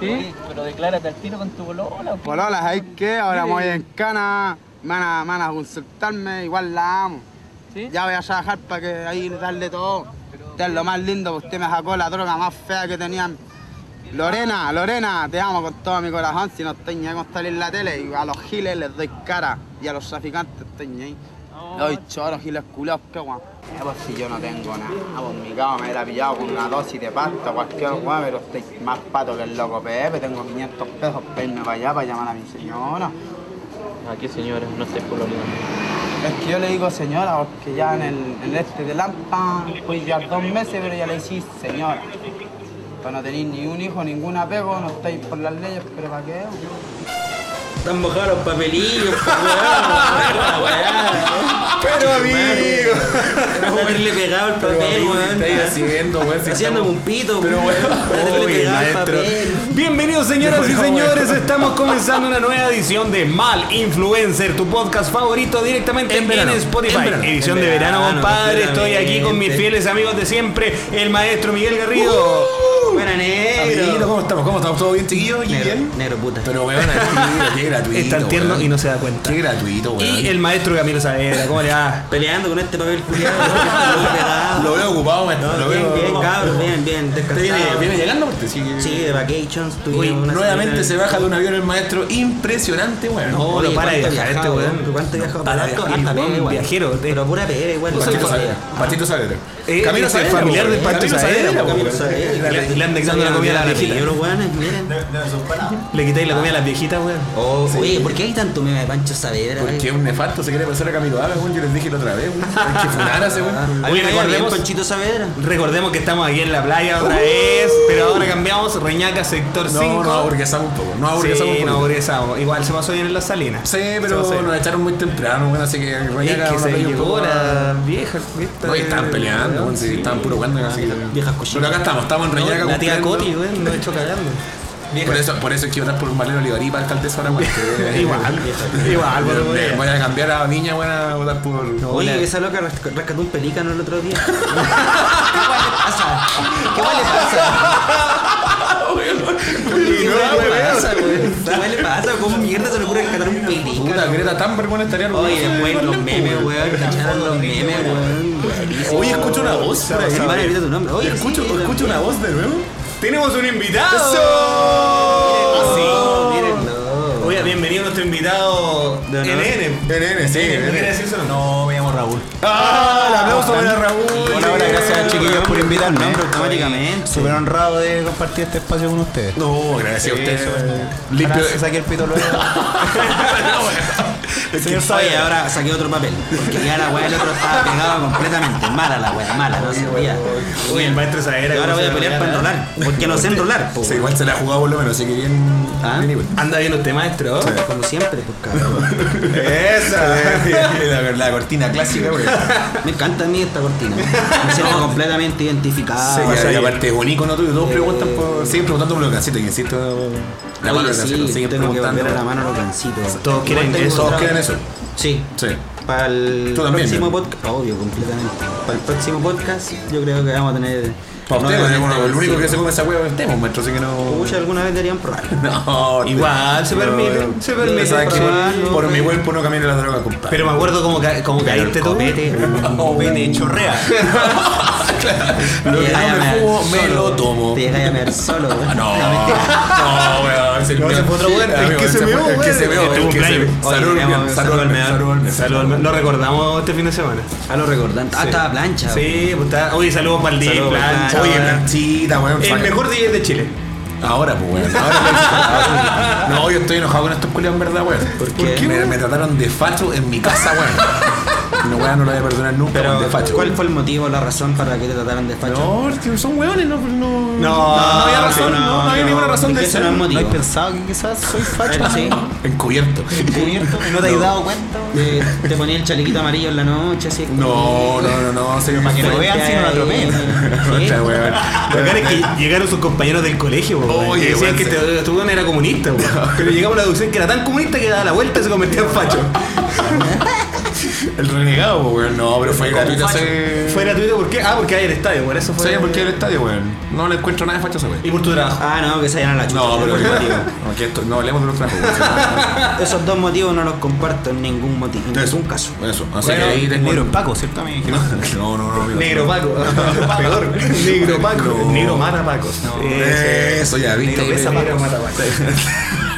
¿Sí? Pero declárate al tiro con tu bolola. po. Polola, ¿sabes qué? Ahora me voy en cana, me van a, me van a consultarme, igual la amo. ¿Sí? Ya voy a trabajar para que ahí darle todo. Usted es lo más lindo, porque usted me sacó la droga más fea que tenían. Lorena, Lorena, te amo con todo mi corazón, si no estoy ni ahí con salir en la tele, y a los giles les doy cara, y a los traficantes estoy ni ahí. Le doy choro, giles culos, qué guapo. Eh, pues si yo no tengo nada, Ah, pues mi cabo me hubiera pillado con una dosis de pasta, cualquier guapo, pero estoy más pato que el loco Pepe, tengo 500 pesos para irme para allá, para llamar a mi señora. ¿A qué señora? No estés pololeando. Es que yo le digo señora porque ya en el, en este de Lampa puede llevar dos meses, pero ya le decís señora. Pues no tenéis ni un hijo, ningún apego, no estáis por las leyes, pero ¿para qué? Están mojados los papelillos, pues, weón, eh. weón. Pero amigo. Vamos a haberle pegado el Pero papel, amigo, weón. Ah. estáis haciendo, weón. si Haciéndome un estamos- pito, Pero weón. bueno, Haberle oye, pegado el maestro. papel. Bienvenidos señoras y señores, estamos comenzando una nueva edición de Mal Influencer, tu podcast favorito directamente en, En verano, Spotify. en verano. Edición En de verano, verano, compadre. Estoy aquí con mis completamente. fieles amigos de siempre, el maestro Miguel Garrido. Buena Amiguito, negro. ¿cómo estamos? ¿Cómo estamos? ¿Todo bien, chiquillos? ¿Y Negro, bien? negro puta. Pero weón, al tiro, qué Uh-huh. gratuito. es tan tierno weón. y no se da cuenta. Qué gratuito, weón. Y el maestro Camilo Saavedra, ¿cómo le va? eh, Peleando con este papel culiado. weón, pegado. Lo veo ocupado, maestro. lo Bien, veo. bien, cabrón, bien, bien, Usted viene, descansado. viene llegando, porque sí. Sí, de vacations, tuvimos Oye, una nuevamente se semana- baja de un avión el maestro. Impresionante, weón. No, Oye, no para de ¿cuánto viajar ha este viajado, weón. ¿Cuánto ha viajado? Para Harta- viajar, harta el pega, buen igual. viajero, de- Pero pura pega, igual. Patito Pura Saavedra. pega. Patito Saavedra. Eh, Camilo es el Saavedra. familiar po, del weón. Pato Camilo Saavedra, Saavedra, po, po, Camilo weón. Saavedra. Le- le han declarado la comida a la viejita. Pero, weones, miren. Le quitáis la comida a las viejitas, weón. Oh, Oye, ¿por qué hay tanto meme de Pancho Saavedra? güey? Porque un nefasto se quiere pasar a Camilo Haga, weón. Yo les dije la otra vez, weón. Hay que funar a ese weón. A mí Oye, me caía bien recordemos- Panchito Saavedra. Recordemos que estamos aquí en la playa Uh-huh. otra vez, pero ahora cambiamos Reñaca sector 5. No, no aburguesamos un poco. No aburguesamos sí, un no poco. aburguesamos. Igual se pasó bien en las salinas. Sí, Se pero pasó bien. nos echaron muy temprano, weón. Así que Es Rayaga que una se pelea un llegó poco la vieja. esta No, y estaban de- peleando, weón, sí, Sí. estaban puro jugando. así que- Viejas cochinas. Pero acá estamos, estamos en Reñaca. No, La tía cumpliendo. Coti, weón, nos echó cagando. Por eso, por eso hay que votar por un Marlene Olivarí para alcaldesa ahora, weón. que- Igual, igual, Voy a- pero weón. Voy a cambiar a Viña, voy a votar por. Oye, Hola. esa loca ras- rescató un pelícano el otro día. ¿Qué guay le pasa? ¿Qué guay le pasa? ¿Qué guay le pasa, güey? ¿Qué guay le pasa? ¿Cómo mierda se le ocurre rescatar un Puta, pelícano? Greta Thunberg, bueno, estaría Oye, después los memes, weón. Cacharon los memes, weón. Oye, escucho una voz. por ahí. Sí, vale, grita tu nombre. Oye, Escucho, sí, escucho una voz de nuevo. Tenemos un invitado. Ah, Mírenlo, Sí. mírenlo. Oye, bienvenido a nuestro invitado De honor. NN. NN, sí, ¿No quiere decir su nombre? No, me llamo Raúl. ¡Ah! El aplauso para Raúl. Hola, hola, gracias chiquillos por invitarme. ¿eh? Nombre automáticamente. Estoy Súper honrado de compartir este espacio con ustedes. No, gracias a usted. Limpio. Ahora se saque el pito luego. Señor Oye, ahora saqué otro papel. Porque ya la weá del otro estaba pegado completamente. Mala la weá, mala, no servía. Uy, el maestro Saavedra. Y ahora ¿cómo voy se a pelear llama? para enrolar. Porque no sé enrolar, po. Sí, igual se la ha jugado por lo menos, así que bien. Ah. bien igual. Anda bien usted, maestro. Como siempre, pues cabrón. la, la cortina clásica, güey. Me encanta a mí esta cortina. Me siento completamente Sí, identificado. y aparte es un icono tuyo. Todos Eh, preguntan por. Siguen preguntando por los gancitos, que insisto. La Oye, mano de los gancitos, sí, siguen tengo que preguntando. volver a la mano a los gancitos. Todos quieren Tengo eso. Todos otra- quieren eso. Sí. Sí. Para el Tú también, próximo ¿no? podcast, obvio, completamente. Para el próximo podcast, yo creo que vamos a tener. Para ustedes, nuevamente bueno, el único que se gancito. come esa hueá es Temo, maestro, así que no. Pucha, alguna vez deberían probar. No, Igual, se permite, se permite ¿Sabes qué? probar, ¿no? Por mi cuerpo no camina la droga, compadre. Pero me acuerdo como, ca como caíste tú. Copete. O vete, chorrea. claro, lo Te que llegáis a no me mear fumo, me solo. lo tomo. Te llegáis a mear solo, güey. Ah, No, mentira. no, weón. Es el No, mío. se fue otro weón, Ah, el amigo, que se fue- meó, El que weón. se meó, Este el que se cumpleaños. meó. Oye, Salud, queríamos saludar bien, salud, al bien, meador. salud, bien, Saludos, salud. al- lo recordamos este fin de semana. A lo recordante. Ah, Sí. estaba plancha. güey. Sí, pues está. Oye, saludos para el DJ Saludos, Plancha. Oye, weón. planchita, weón. El saca. mejor DJ de Chile. Ahora, pues, weón. Ahora, ahora, ahora. No, yo estoy enojado con estos culiados, en verdad, weón. ¿Por qué? Me, me trataron de facho en mi casa, weón. No, weón, no lo voy a perdonar nunca, Pero, weón, de facho. ¿cuál fue el motivo, la razón para que te trataran de facho? No, es que son weones, no, no. no había razón, no, no había ninguna razón de porque eso. no es ¿No has motivo. pensado que quizás soy facho? Sí. Encubierto. Cubierto. ¿No te has dado cuenta? Eh, te ponía el chalequito amarillo en la noche, así. No, no, no, no, serio, para que no vean si no la atropellan. Otra, atropellan. weón. Lo peor es que llegaron sus compañeros del colegio, po, Oye, y decían weón, que sí. te- tu weón era comunista, po. pero llegamos a la deducción que era tan comunista que daba la vuelta y se convertía en facho. El renegado, po, weón. No, pero fue gratuito ese. ¿Fue gratuito por qué? Ah, porque hay el estadio, por eso fue. ¿Sabes por qué el estadio, weón? No le encuentro nada de facha a ese, Y weón. por tu trabajo. Ah, no, que se vayan a la chucha. No, pero. por motivo. No, que esto- no hablemos de los trajos, weón. Esos dos motivos no los comparto en ningún motivo. En Entonces, ningún caso. Eso, así Bueno, que ahí tengo. Negro en Paco, ¿cierto? Me dijeron. No, no, no, amigo. Negro Paco. Peor. Negro Paco. No. Negro mata Pacos. Eso ya, viste. Negro pesa Pacos. mata Pacos.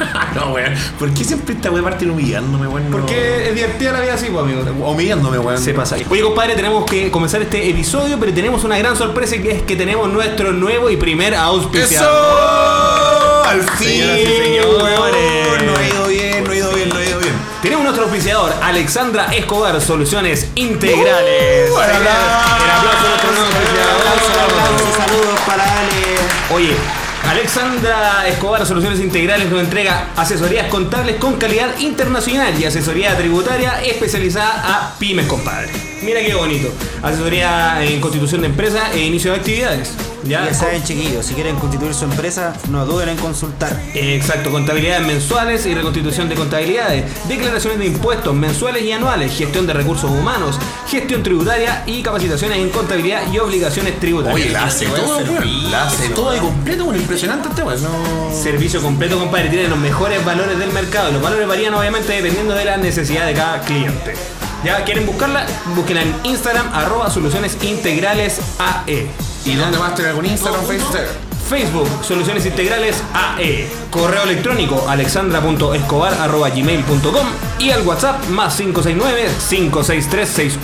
No, weón. ¿Por qué siempre esta weón parte humillándome, weón? No. Porque es eh, divertida la vida así, pues, amigo. Humillándome, weón. Se pasa. Oye, compadre, tenemos que comenzar este episodio, pero tenemos una gran sorpresa que es que tenemos nuestro nuevo y primer auspiciador. ¡Eso! ¡Al fin! Señoras y señores. Pues weón. No ha ido bien, no ha ido bien, no ha ido bien. Tenemos nuestro auspiciador, Alexandra Escobar, Soluciones Integrales. Uh, el aplauso. El aplauso a nuestro nuevo Aplausos, auspiciador. aplausos, saludos para Ale. Oye, Alexandra Escobar Soluciones Integrales nos entrega asesorías contables con calidad internacional y asesoría tributaria especializada a pymes, compadre. Mira qué bonito. Asesoría en constitución de empresa e inicio de actividades. ¿Ya? Ya saben, chiquillos, si quieren constituir su empresa, no duden en consultar. Exacto, contabilidades mensuales y reconstitución de contabilidades, declaraciones de impuestos mensuales y anuales, gestión de recursos humanos, gestión tributaria y capacitaciones en contabilidad y obligaciones tributarias. Oye, la hace todo, weón. La hace todo de completo, weón. Impresionante el tema. No. Servicio completo, compadre, tiene los mejores valores del mercado. Los valores varían obviamente dependiendo de la necesidad de cada cliente. ¿Ya quieren buscarla? Búsquenla en Instagram, arroba soluciones integrales E. AE. ¿Y dónde más tener algún Instagram, Facebook? Facebook, Soluciones Integrales AE. Correo electrónico, alexandra.escobar.gmail.com y al WhatsApp más 569-563-61841.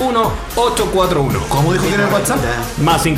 ¿Cómo dijo que era el WhatsApp? Más 569-563-61841.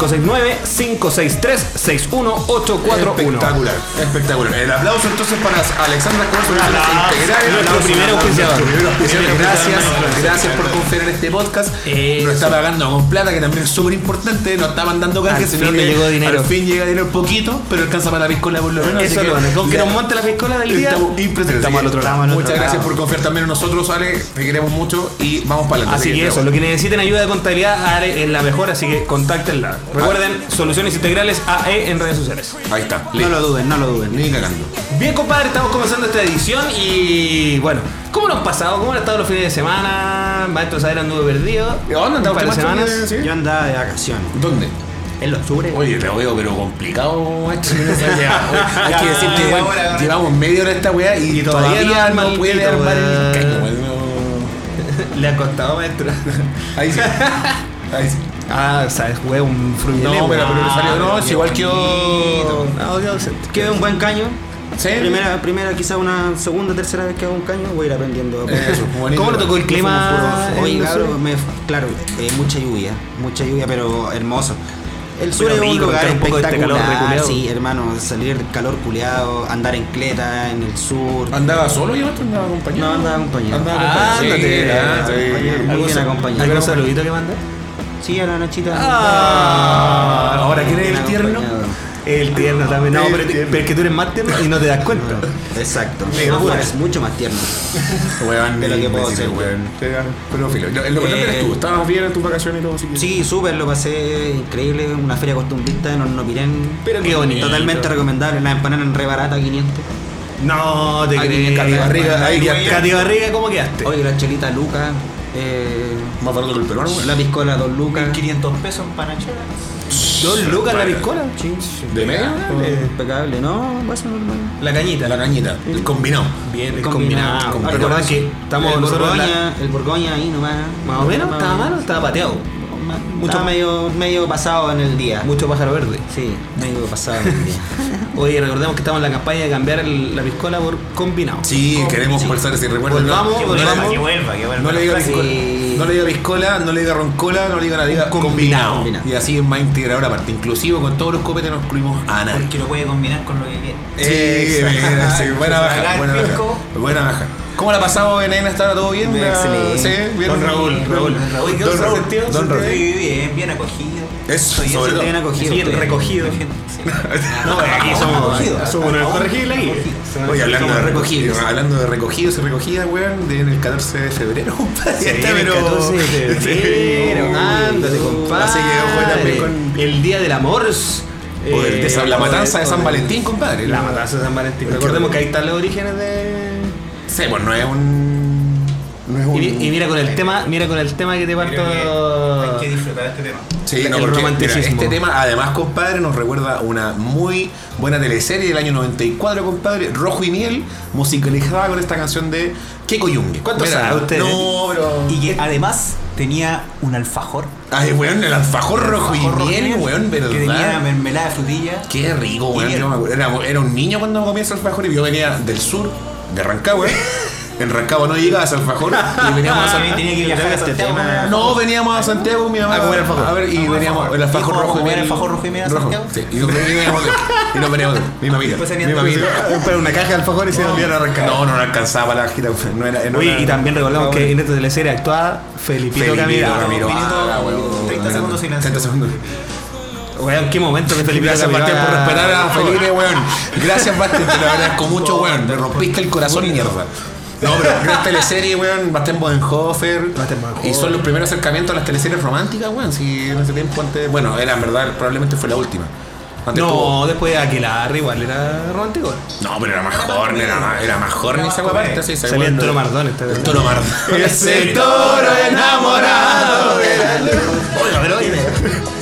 Espectacular, espectacular. El aplauso entonces para Alexandra Escobar, Soluciones Aplausos. Integrales. Nuestro Aplausos, primer aplausos, auspiciador. nuestro primer auspiciador. Primer Gracias, auspiciador. Eh, gracias por confiar en este podcast. Eso. Nos está pagando con plata, que también es súper importante. Nos está mandando Al cajas. sino fin le que llegó dinero. Al fin llega dinero poquito, pero alcanza para la piscola por lo menos. Eso así lo bueno, con que le- nos monte la piscola del día. Estamos impresionantes. Estamos al otro lado. Estamos al Así que Muchas otro gracias lado. por confiar también en nosotros, Ale. Te queremos mucho y vamos para adelante. Así que eso, lo que necesiten ayuda de contabilidad Ale es la mejor, así que contáctenla. Recuerden, Soluciones Integrales AE en redes sociales. Ahí está. No listo. lo duden, no lo duden. Ni cagando. Bien, compadre, estamos comenzando esta edición y bueno, ¿cómo nos han pasado? ¿Cómo han estado los fines de semana? Maestro Saber anduvo perdido. ¿Y dónde Un andaba par de usted, semanas. maestro? Yo andaba de vacaciones. ¿Dónde? En los octubre. Oye, lo veo, pero complicado, maestro. O sea, Hay que decir que weón, llevamos media hora esta weá y, Y todavía todavía, no arma el no puede pito, armar weón. el caño, weón. No. Le ha costado, maestro. Ahí sí. Ahí sí. ah, sabes, fue un No, fruñeleo. pero, pero le salió. No, es igual que yo. No, yo acepto. Queda un buen caño. ¿Sí? Primera, primera, quizá una segunda, tercera vez que hago un caño, voy a ir aprendiendo. Eso, bonito. ¿Cómo le tocó el clima? Oye, en el sur? cabrón, me- Eh, claro, eh, mucha lluvia, mucha lluvia, pero hermoso. El sur Pero es un rico, lugar está un poco este calor espectacular, reculeado. sí, hermano, salir calor culeado, andar en cleta en el sur. ¿Andaba solo y otro andaba acompañado? No, andaba acompañado. Andaba Ah, acompañado. ándate, Sí, ah, sí. acompañado. Muy bien acompañado. ¿Algún saludito que mandar? Sí, a la Nachita. Ah, ahora, ¿quién es Bien el tierno? acompañado. El Ah, tierno también. No, El pero, tierno. pero es que tú eres más tierno y no te das cuenta. Exacto. Negro No, puro. es mucho más tierno. Weón, De lo que puedo imbécil, hacer. weón. Te dan- Pero filo. Lo lo importante Eh, eres tú. Estabas bien en tus vacaciones y todo. así que- Sí, súper, lo pasé increíble, una feria costumbrista en Hornopirén. Pero qué bonito. Totalmente recomendable, las empanadas eran re baratas, 500. No, te Ahí crees. viene Katy Barriga, ahí quedaste. Katy Barriga, ¿cómo quedaste? Oye, la chelita Luca, eh, Más barato que el peruano, weón. la piscola 2 Lucas. 500 pesos en panachola. Dos lucas la Bueno. piscola. ¿De media? Eh, Impecable, no, pasa normal. La cañita. La cañita. El combinado. Bien, combinado. combinado. Ah, recordad que estamos el nosotros en la- Borgoña, el Borgoña ahí nomás. Más o menos, estaba malo, estaba pateado. Mucho Mucho- medio, medio pasado en el día. Mucho pájaro verde. Sí, medio pasado en el día. Oye, recordemos que estamos en la campaña de cambiar el- la piscola por combinado. Sí, queremos forzar ese recuerdo. Volvamos, no, volvamos. no le- Vamos. Que vuelva, que vuelva. No le diga Sí. piscola, no le diga piscola, no le diga roncola, no le diga la diga combinado. combinado. Combinado. Y así es más integrador aparte. Inclusivo con todos los copetes nos incluimos a nadie. Porque lo puede combinar con lo que quiera. Sí, mira, sí, buena baja, buena baja, buena baja. ¿Cómo la pasamos en Ena? ¿Estaba todo bien? Excelente. Sí, bien. Don Raúl, Raúl. Oye, ¿qué Don os ha Raúl, sentido? Don Sentido Raúl. que Bien, bien acogido. Eso, Soy sobre ese todo. Bien acogido. Bien ustedes. recogido. No, aquí somos. Somos los corregibles aquí. Oye, hablando de recogidos, recogidos. hablando de recogidos y recogidas, weón, de- en el 14 de febrero, compadre. Sí, Está, el Este, pero- 14 de febrero. Sí. oh, Ándate, compadre. Así que ojo también con el día del amor. o el de San- la eh, matanza de o San del- Valentín, compadre. La matanza de San Valentín. Porque- Recordemos que ahí están los orígenes de. Sí, pues no es un. No es un- Y, mi- y mira con el tema, mira con el tema que te Creo parto. que hay que disfrutar este tema. Sí, El no, porque, mira, romanticismo. este tema, además, compadre, nos recuerda una muy buena teleserie del año 94, compadre, Rojo y Miel, musicalizada con esta canción de Keiko Jung. ¿Cuánto Mira, sabe usted? No, pero. Y que además tenía un alfajor. Ay, weón, el alfajor rojo Alfajor y rojo miel, weón, ¿verdad? Que tenía mermelada de frutilla. Qué rico, weón. Y Yo me acuerdo, Era, era un niño cuando comía ese alfajor y yo venía del sur, de Rancagua. en Rancagua no llegaba ese alfajor y veníamos a Ah, Santiago. tenía que viajar a Santiago para- No, veníamos a Santiago, mi mamá. A comer alfajor. A ver, y comer veníamos alfajor. el alfajor Dijo, rojo y comer miel. alfajor rojo y miel a Rojo, Santiago. Sí, y nos veníamos de- y nos veníamos de- Mi mamita. Después salían mi de- mamita. Para una caja de alfajores y se volvieron a arrancar. No, no, no alcanzaba la gira. No era, no Oye, era- y también recordamos no, que en esta teleserie actuaba Felipito Felipito Camilo. Camilo. Minuto, Ah, weón. 30 segundos silencio. 30 segundos. Weón, qué momento que Felipito Gracias, Camilo. Bastián, por haga- respetar a Felipe, weón. Gracias, Bastián, te lo agradezco mucho, weón. Me rompiste el corazón, mierda. No, pero gran teleserie, weón. Bastián Bodenhofer. Bastián Bodenhofer. Y son los primeros acercamientos a las teleseries románticas, weón. Si en ese tiempo antes. Bueno, era en verdad, probablemente fue la última. Antes tuvo- No, después de Aquilarre igual era romántico. No, pero era más horny, era más, era más horny esa weá aparte, sí, esa Salía weón. el toro Mardón este esta El vez. toro Mardón. Ese toro enamorado de la luz. Oiga, pero oye.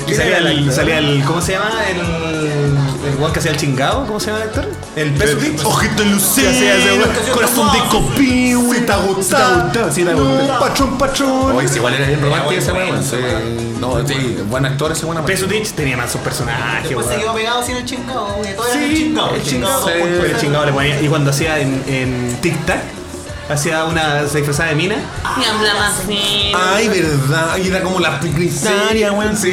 Y salía el, salía el. ¿Cómo se llama? El. El guan que hacía el chingado. ¿Cómo se llama el actor? El peso Pitch. Ojito lucero, Sí, sí, sí, sí. corazón de copín, si te ha gustado, si te ha gustado. Pachón, pachón. Oye, si igual era bien romántico ese weón. sí. No, sí, buen actor ese weón. Pesutich Pues tenía más sus personajes. Después se weón. quedó pegado sin el chingado, güey. Todo era el Sí, chingado. el chingado. Sí. con punto, el chingado le ponía. Y cuando hacía en, en Tic Tac, hacía una. se disfrazaba de mina. Ay, verdad. Y era como la picrisaria, weón. Sí.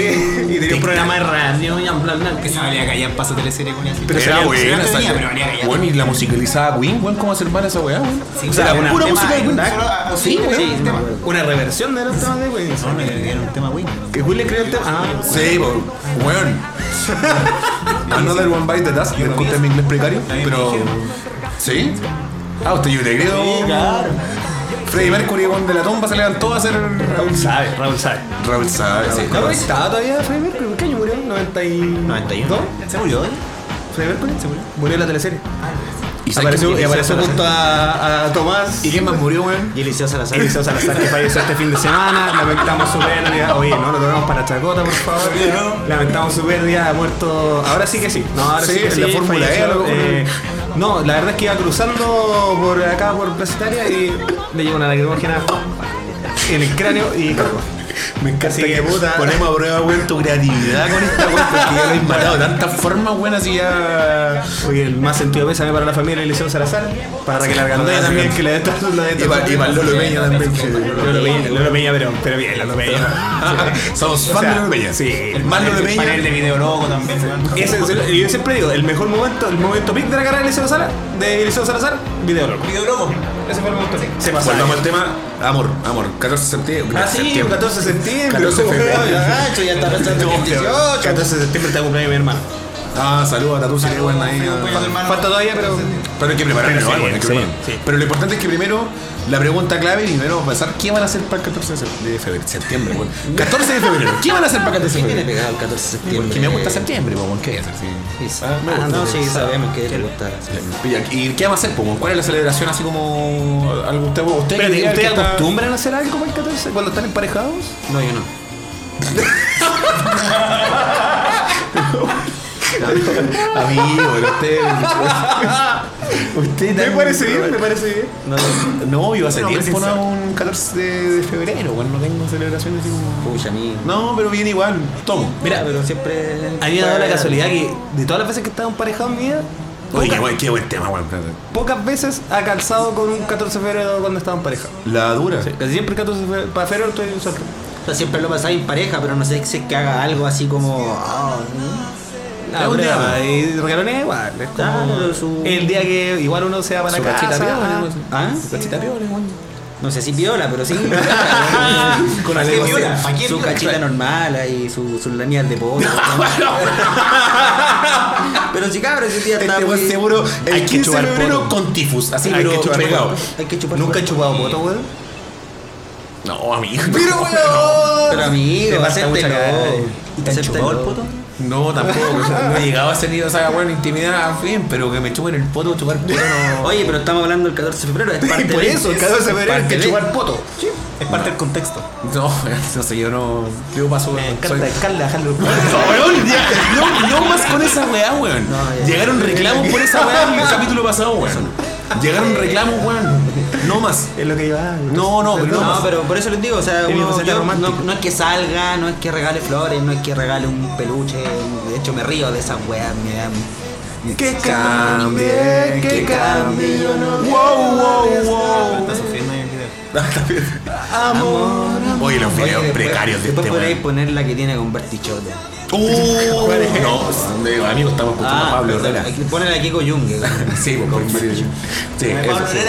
Y Tenía un programa de radio. Voy a hablar blanco. Que se valía callar paso teleserie con él. Pero Era era buena buena esa- esa Bueno, y la musicalizaba Queen, weón. ¿Cómo hacer mal esa weá, weón? Sí, o sea, era una- Pura tema música de de Queen. Black. Sí, weón. tema. Una reversión de los temas de Queen. No, me dieron un tema, güey. Que Will le creó el tema. Ah, Sí, weón. Weón. Another One Bite the Dust. Disculpe mi inglés precario, pero. ¿Sí? Ah, usted yo te creo. Freddie Mercury, weón, de la tumba se levantó a hacer. Raúl sabe, Raúl sabe. Raúl sabe, sí. ¿No estaba todavía Freddie Mercury? ¿Qué año murió? ¿91? 91. ¿Se murió hoy? ¿Freddie Mercury? Se murió. Murió en la teleserie. ¿Y sabes apareció, quién- y apareció junto a, a Tomás. ¿Y quién más murió, weón? Y Eliseo Salazar. Eliseo Salazar que falleció este fin de semana, lamentamos su pérdida. Oye, no lo tocamos para Chacota, por favor. Lamentamos su pérdida, ha muerto. Ahora sí que sí. No, ahora sí, Sí, que en sí, la Fórmula E, falleció, a lo mejor. eh, no, la verdad es que iba cruzando por acá por Plaza Italia y le llegó una lacrimógena en el cráneo y Me encanta Así que, que puta. ponemos a prueba, weón, tu creatividad con esta weón, porque ya lo habéis matado de tantas formas, weón, así ya. Oye, el más sentido pésame para la familia de Eliseo Salazar, para que la Gandoya también, que le dé todo la Y para y pa Lolo Peña también. que- Lolo Peña, Lolo Peña, pero, pero bien, Lolo Peña. Somos O fans sea, de Lolo Peña. sí. El más Lolo Peña. Panel de video loco también, güey. Ese es el- yo siempre digo, el mejor momento, el momento pic de la carrera de Eliseo Salazar, de Eliseo Salazar, video loco. Video loco. Ese fue el momento pic. Se pasó. Volvamos al tema. Amor, amor. 14 de septiembre. Ah, sí, septiembre. 14 de septiembre. 14 de febrero. weón, ya gacho, ya está pensando que es 18. 14 de septiembre está cumpleaños mi hermano. Ah, saludos a Tatuce, que weón ahí. pues, Cumpleaños de ah. hermano. Falta todavía, pero. Pero hay que prepararlo, Pero sí, algo, hay que sí, prepararlo. sí. Pero lo importante es que primero, la pregunta clave, primero vamos a pensar qué van a hacer para el 14 de se- de febrero. Septiembre, weón. 14 de febrero. ¿Qué van a hacer para el 14 de febrero? pegado el 14 de septiembre. Porque me gusta septiembre, weón. ¿Qué voy a hacer? Sí. Ah, no, sí, sabemos que te gusta. ¿Y a- ¿Y qué vamos a hacer? po? ¿Cuál es la celebración así como algo usted, usted Espérate, que- ¿ustedes que está- acostumbran a hacer algo como el 14 cuando están emparejados? No, yo no. Amigo, pero usted. usted Me parece bien, me parece bien. No, no, yo hace No, tiempo no precisa. hago un 14 de, de febrero, bueno, no tengo celebraciones así como. Pucha, a mí. No, pero bien igual, tomo. Mira, pero siempre. A mí me ha dado la casualidad que de todas las veces que he estado emparejado en mi vida, Oye, pocas- qué buen, qué buen tema, weón. pocas veces ha calzado con un 14 de febrero cuando estaba emparejado. La dura. Casi siempre el 14 de febrero, para febrero estoy solo. O sea, siempre lo pasáis en pareja, pero no sé si es que haga algo así como. oh, ah, Ah, un día, pero y regalones igual. es como Claro, su- El día que igual uno se va para Su la casa. cachita piola, ah, algo así. ¿Ah? no sé si viola, pero sí. Con ¿Para qué viola? ¿Para qué su viola? cachita normal ahí, su- sus lanias de pollo. pero sí, cabrón, ese día está Este weón muy- seguro Hay el que 15 de chupar febrero poto. con tifus, así Hay pero que chupar pegado. poto. Hay que chupar Nunca he fuerte. chupado moto, weón. No, amigo. Pero weón. Pero amigo, Te falta mucha acéptelo. cara, eh. ¿Y te han ¿Chupado el poto? No, tampoco. o sea, no he llegado a ese nivel. O sea, bueno, intimidad, bien, pero que me chupen el poto, chupar poto no. Oye, pero estamos hablando del 14 de febrero, es parte por de- eso, el 14 de febrero hay que chupar poto. Es parte del contexto. No, no sé, yo no. Yo paso. Me soy- encanta, alcalde, dejarlo. Cabrón, ya, no, no más con esa weá, weón. ya. Llegaron reclamos por esa weá en el capítulo pasado, weón. Llegaron reclamos, weón. No más. Es lo que yo hago. No, no, pero no No, más. pero por eso les digo, o sea, Tiene uno- faceta yo- no, romántica. no es que salga, no es que regale flores, no es que regale un peluche, de hecho me río de esas weas, me dan... Que cambie, que cambie. Wow, wow, wow. Está sufriendo en el video. Ah, Oye, los videos Oye, después- precarios de Después este podréis weón. poner la que tiene con Bertichote. Uh, no, digo, amigos, estamos Ah, escuchando a Pablo Herrera. Ponen la Kiko Yungue. Sí, pues, por favor. Sí, eso sí.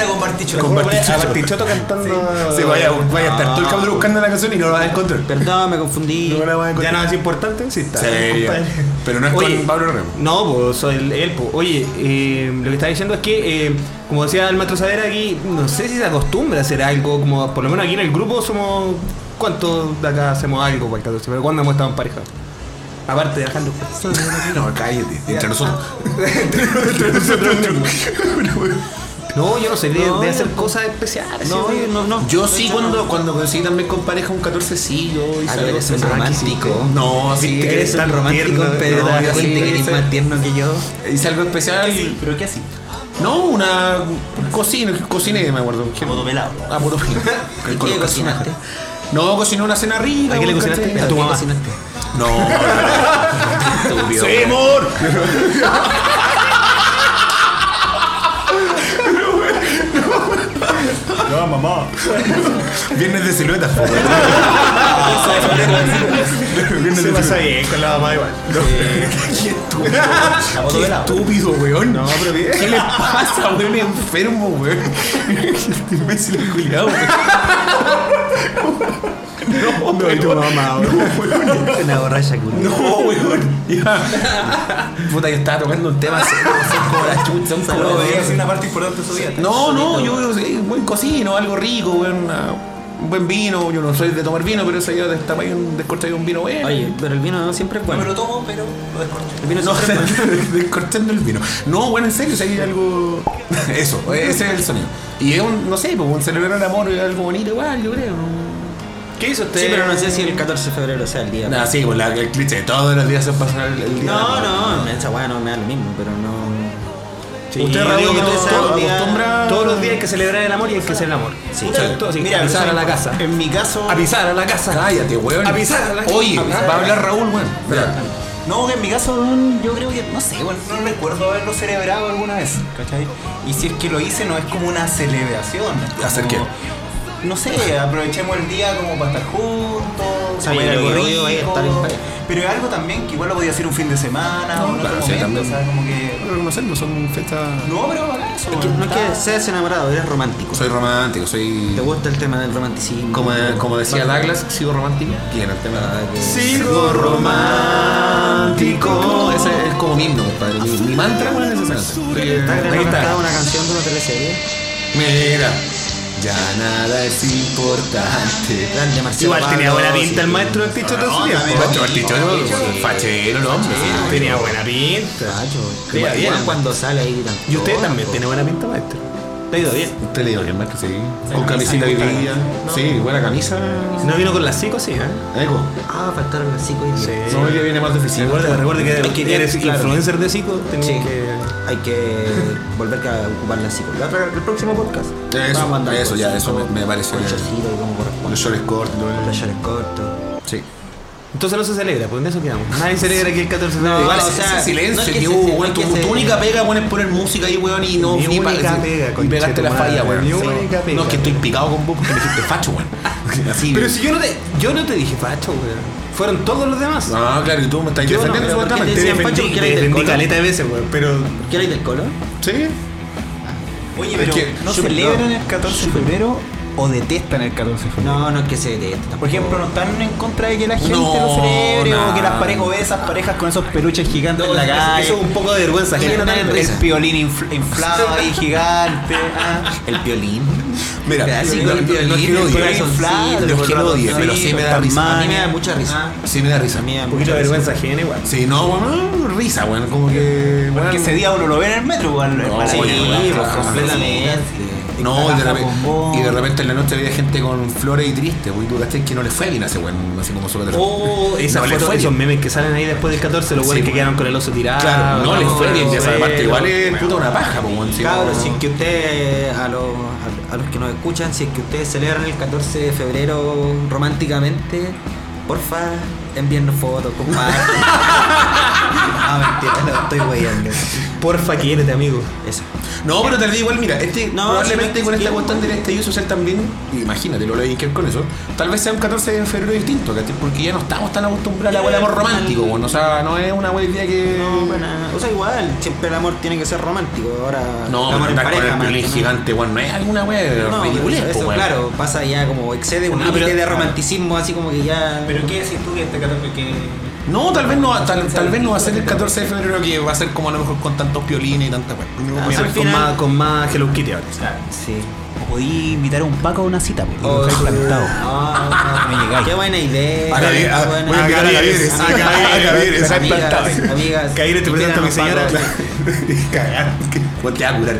con Bertichote. Con Bartichotto. A Bartichotto cantando. Sí, vaya, vaya a estar todo el capítulo buscando la canción y no la vas a encontrar. Perdón, me confundí. No la voy a encontrar. Ya nada es importante, sí está. Sí, compadre. pero no es Oye, con Pablo Herrera. No, pues soy el, él, po. Oye, eh, lo que estaba diciendo es que, eh, como decía el maestro Sadera aquí, no sé si se acostumbra a hacer algo, como por lo menos aquí en el grupo somos. ¿Cuántos de acá hacemos algo para el 14? Pero ¿cuándo hemos estado en pareja? Aparte de Alejandro. No, cállate. Entre nosotros. No, yo no sé, de, de hacer cosas especiales. No, ¿sí? no, no. Yo sí, cuando, cuando conseguí también con pareja un 14, sí, yo hice A ver, algo eres un especial. romántico. No, sí, Viste que eres tan un romántico, tierno, pero no, te yo das sí, cuenta que eres hice- más tierno que yo. Hice algo especial. Pero ¿qué así? No, una cocina, cociné, me acuerdo. ¿Qué? Modo pelado. Ah, por ¿Y qué cocinaste? No, cociné una cena rica. ¿A qué le ¿cachai? cocinaste? ¿Pero tu qué mamá. cocinaste? No, no, no. Estúpido. amor! No, mamá. Viernes de siluetas. po. Viernes Se de pasa siluetas. bien con la mamá igual. Qué estúpido. Qué estúpido, weón. No, pero ¿Qué le pasa, weón? Enfermo, weón. Este imbécil es culiado, weón. No, no, tu mamá, Una borracha culia. No, weón. Ya. Puta, yo estaba tocando un tema serio. Son como las chuchas, son como Pero las eh, es chuchas. una parte importante de su vida. No, no, yo sí, buen cocino, algo rico, weón. una- Un buen vino, yo no soy de tomar vino, pero esa yo destapa ahí un descorché de un vino bueno. Oye, pero el vino siempre es No bueno. me lo tomo, pero lo descorcho. El vino No, siempre es bueno. descorchando el vino. No, bueno, en serio, si hay algo. Eso, ese es el sonido. Y es un, no sé, pues un celebrar el amor es algo bonito igual, yo creo. ¿Qué hizo usted? Sí, pero no sé si el 14 de febrero sea el día. Nada, sí, pues la, el cliché, todos los días se pasa el, el día. del No, amor. no, esa weá no me da lo mismo, pero no. Usted, yo Raúl, digo que no, ustedes saben día- acostumbra. Todos los días hay que celebrar el amor y hay que hacer el amor. Sí. Exacto, sí. Mira, a pisar a la casa. En mi caso. A pisar a la casa. Cállate, weón. Avisar a la- Oye, avisar. va a hablar Raúl, weón. Ya. No, que en mi caso, mm, yo creo que, no sé, bueno, no recuerdo haberlo celebrado alguna vez, ¿cachai? Y si es que lo hice, no es como una celebración. es como- ¿Hacer qué? No sé, aprovechemos el día como para estar juntos, sea, comer yo algo creo que voy a rico, estar en pareja. Pero es algo también que igual lo podía hacer un fin de semana o en otro claro, sí, momento, también. o sea, como que... Pero no sé, no son fechas. No, pero bacán eso, Es que no es está- que seas enamorado, eres romántico. Soy romántico, soy. ¿Te gusta el tema del romanticismo? Como, como decía Douglas, sigo romántico. ¿Quién? El tema de... Sigo romántico. Ese es como mi himno, compadre. Mi, mi mantra, weón, es esa canción. ¿Estás Ahí está. grabando una canción de una teleserie? Mira, ya nada es importante. Grande Marcelo Igual tenía Pablo, buena pinta el sí. maestro del ticho todo su No, tiempo. también. Macho Bartichotto, fachero, el hombre. Tenía buena pinta. Cacho, Sí, igual bien. cuando sale ahí tan- Y usted también tiene buena pinta, maestro. Te ha ido bien. Usted le dio bien, maestro, sí. Con camisita hoy día. Sí, buena camisa. No vino con las cinco, sí, ¿eh? Eco. Ah, faltaron las 5 y diez. No, hoy día viene más de oficina. Recuerde, recuerde que, Es que eres claro. influencer de Zico, tenés Sí. que... Hay que volver a ocupar las 5. El próximo podcast. Eso, Vamos a andar eso, con ya, cinco, eso me- me pareció Con bien. chasquido y como corresponde. Los shorts cortos. Con los shorts cortos. Sí. Entonces no se celebra, pues en eso quedamos. Nadie celebra que el 14 de febrero. No, Igual o ese- sea, ese silencio no es que que se- hubo, no es weón. Tu, que se- tu única pega, weón, es poner música ahí, weón, y no Mi ni única parece- pega, Y conchetumare, pegaste la falla, weón. mi única pega. No, es que estoy picado con vos porque me dijiste facho, weón. Así. Pero si yo no te, yo no te dije facho, weón. Fueron todos los demás. No, claro, y tú me estás Yo defendiendo no, pero ¿por qué supuestamente. te decían Te facho? defendí, Porque te eres del defendí Colo. caleta de veces, weón. Pero ¿Quieres del color? Sí. Oye, pero que- no celebran el 14 de febrero o detestan el 14 de febrero. No, no es que se detesta. Por ejemplo, no están en contra de que la gente lo celebre o que las parejas o de esas parejas con esos peluches gigantes en la calle. Eso es un poco de vergüenza. el, ajena, no el- dan el risa. piolín infl- inflado ahí gigante. ah. El violín. Mira, Así no- con el no- no es violín, que el lo odie, corazón, sí, no es que lo odie, pero sí me da risa. A mí me da mucha risa. Sí me da risa. Un poquito de vergüenza ajena igual. Sí, no, bueno, risa, bueno, como que... bueno, Que ese día uno lo ve en el metro, weón. No, para sí, ahí, pues, weón, claro. completamente. No, y de, repente, bombón. y de repente en la noche había gente con flores y triste, güey. Tú cachai que no le fue bien a ese güey, así como su Oh, esas No le fotos, fue esos bien. memes que salen ahí después del 14, los Sí, güeyes que bueno. quedaron con el oso tirado. Claro, Ah, no, le fue bien, ya esa bueno, parte igual es puta una paja, pues, güey. sí, Cabros, no. si es que ustedes, a los, a, a los que nos escuchan, si es que ustedes celebran el 14 de febrero románticamente, porfa, envíennos fotos, compadre. no, mentira, no estoy weyando. Porfa, quiérete, amigo. Eso. No, pero te digo igual, mira, este No, probablemente sí, con sí, esta sí. cuestión del estallido social también, imagínate, lo leí que con eso, tal vez sea un 14 de febrero distinto, ¿cachai? Porque ya no estamos tan acostumbrados al amor romántico, güey. O sea, no es una buena idea que... No, para nada. O sea, igual, siempre el amor tiene que ser romántico. Ahora, No, el pero amor en andar con pareja, el violín man, ¿no? gigante, güey, no es alguna wea No, ridiculez, eso, pues, güey. claro, pasa ya como excede un Ah, límite pero- de romanticismo, así como que ya. Pero qué decís tú que este 14 que. No, tal vez no, va- tal, tal vez no va a ser el 14 de febrero que va a ser como a lo mejor con tantos piolines y tanta weá. Ah, Mira, con, más, con más Hello Kitty ahora. sí. O podí invitar a un Paco a una cita, porque Oh, lo dejáis plantado. Ah, No llegáis. Qué buena idea. Acá viene, qué ah, buena- voy a Amigas, enviar a Gavieres, a Gavieres, a Gavieres, amigas, se ha implantado. Amigas, Caire, te presento a mi señora. Cagar, que- Bueno, te va a curar.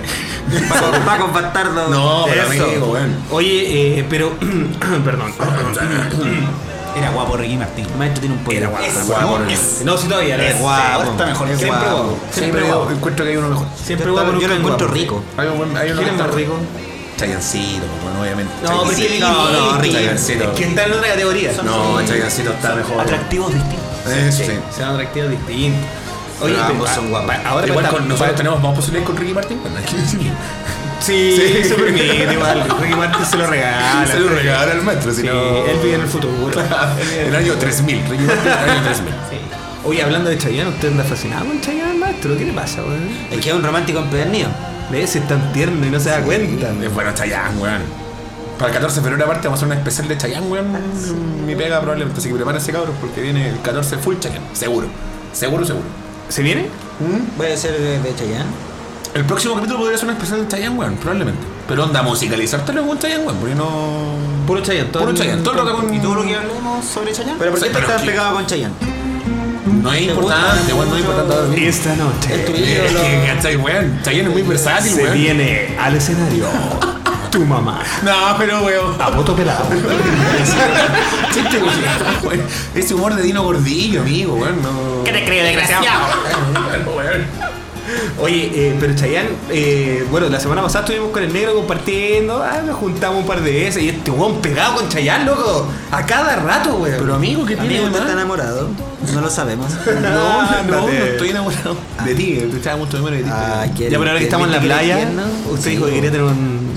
Paco, Paco Bastardo. Oh, No, pero Eso. amigo, weón. Oye, eh, pero. perdón. Era guapo Ricky Martín. El maestro tiene un poder. Era guapo. Es guapo, guapo, Ricky. es No, sí, todavía. Es guapo. Está mejor. Siempre Es guapo. guapo. Siempre Siempre guapo. encuentro que hay uno mejor. Siempre Yo guapo. lo nunca es encuentro guapo. rico. Hay un buen, hay uno ¿Quién es que más está- rico? Chayancito, pues, bueno, obviamente. No, pero Chayancito. es que- no, no, Ricky Chayancito. Es que está en otra categoría. No, Chayancito está mejor. Atractivos distintos. Eso sí. Se dan atractivos distintos. Pero pero- ambos ah, son guapos. pa- Ahora igual pa- con, pa- nosotros tenemos más posibilidades con Ricky Martin. bueno, hay que decirlo. Sí, Sí. se permite igual. Ricky Martin se lo regala. Se lo regalaron al maestro, si Sí, no. él vive en el futuro. El año 3000, Ricky Martin, el año 3000. Oye, hablando de Chayanne, ¿usted anda fascinado con Chayanne, maestro? ¿Qué le pasa, weón? Es que es un romántico empedernido. De ese es tan tierno y no se da cuenta. Es Eh, bueno Chayanne, weón. Para el 14 de febrero aparte vamos a hacer una especial de Chayanne, weón. Mi pega probablemente. Así que prepárense, cabros, porque viene el 14 full Chayanne. Seguro. Seguro, seguro. ¿Se viene? Voy a ser de, de Chayanne. El próximo capítulo podría ser una especial de Chayanne, weón, probablemente. Pero onda, musicalizártelo con Chayanne, weón, porque no... Puro Chayanne. Puro Chayanne. Todo lo que con... ¿Y todo lo que hablemos sobre Chayanne? Pero ¿por qué Sí, pero estás que- pegado con Chayanne? No es importante, weón, no es importante. ahora mismo. Esta noche Es que, ¿cachai, weón? Chayanne es muy versátil, se weón. viene al escenario tu mamá. No, pero, weón. A voto pelado. Chiste, weón. Ese humor de Dino Gordillo, amigo, weón, no... te creo, desgraciado? Oye, eh, pero Chayanne, eh, bueno, la semana pasada estuvimos con el negro compartiendo, ah, nos juntamos un par de veces y este weón pegado con Chayanne, loco, a cada rato, weón. Pero, amigo, ¿qué tiene Amigo, de ¿usted malo? está enamorado? No lo sabemos. No, Ah, no, no, Ándate. estoy enamorado de ti, te estaba mucho enamorado de ti. Ah, ¿quiere- ya, pero ahora que ¿quiere- estamos en la quiere playa, tierno? usted Sí, dijo que quería tener un...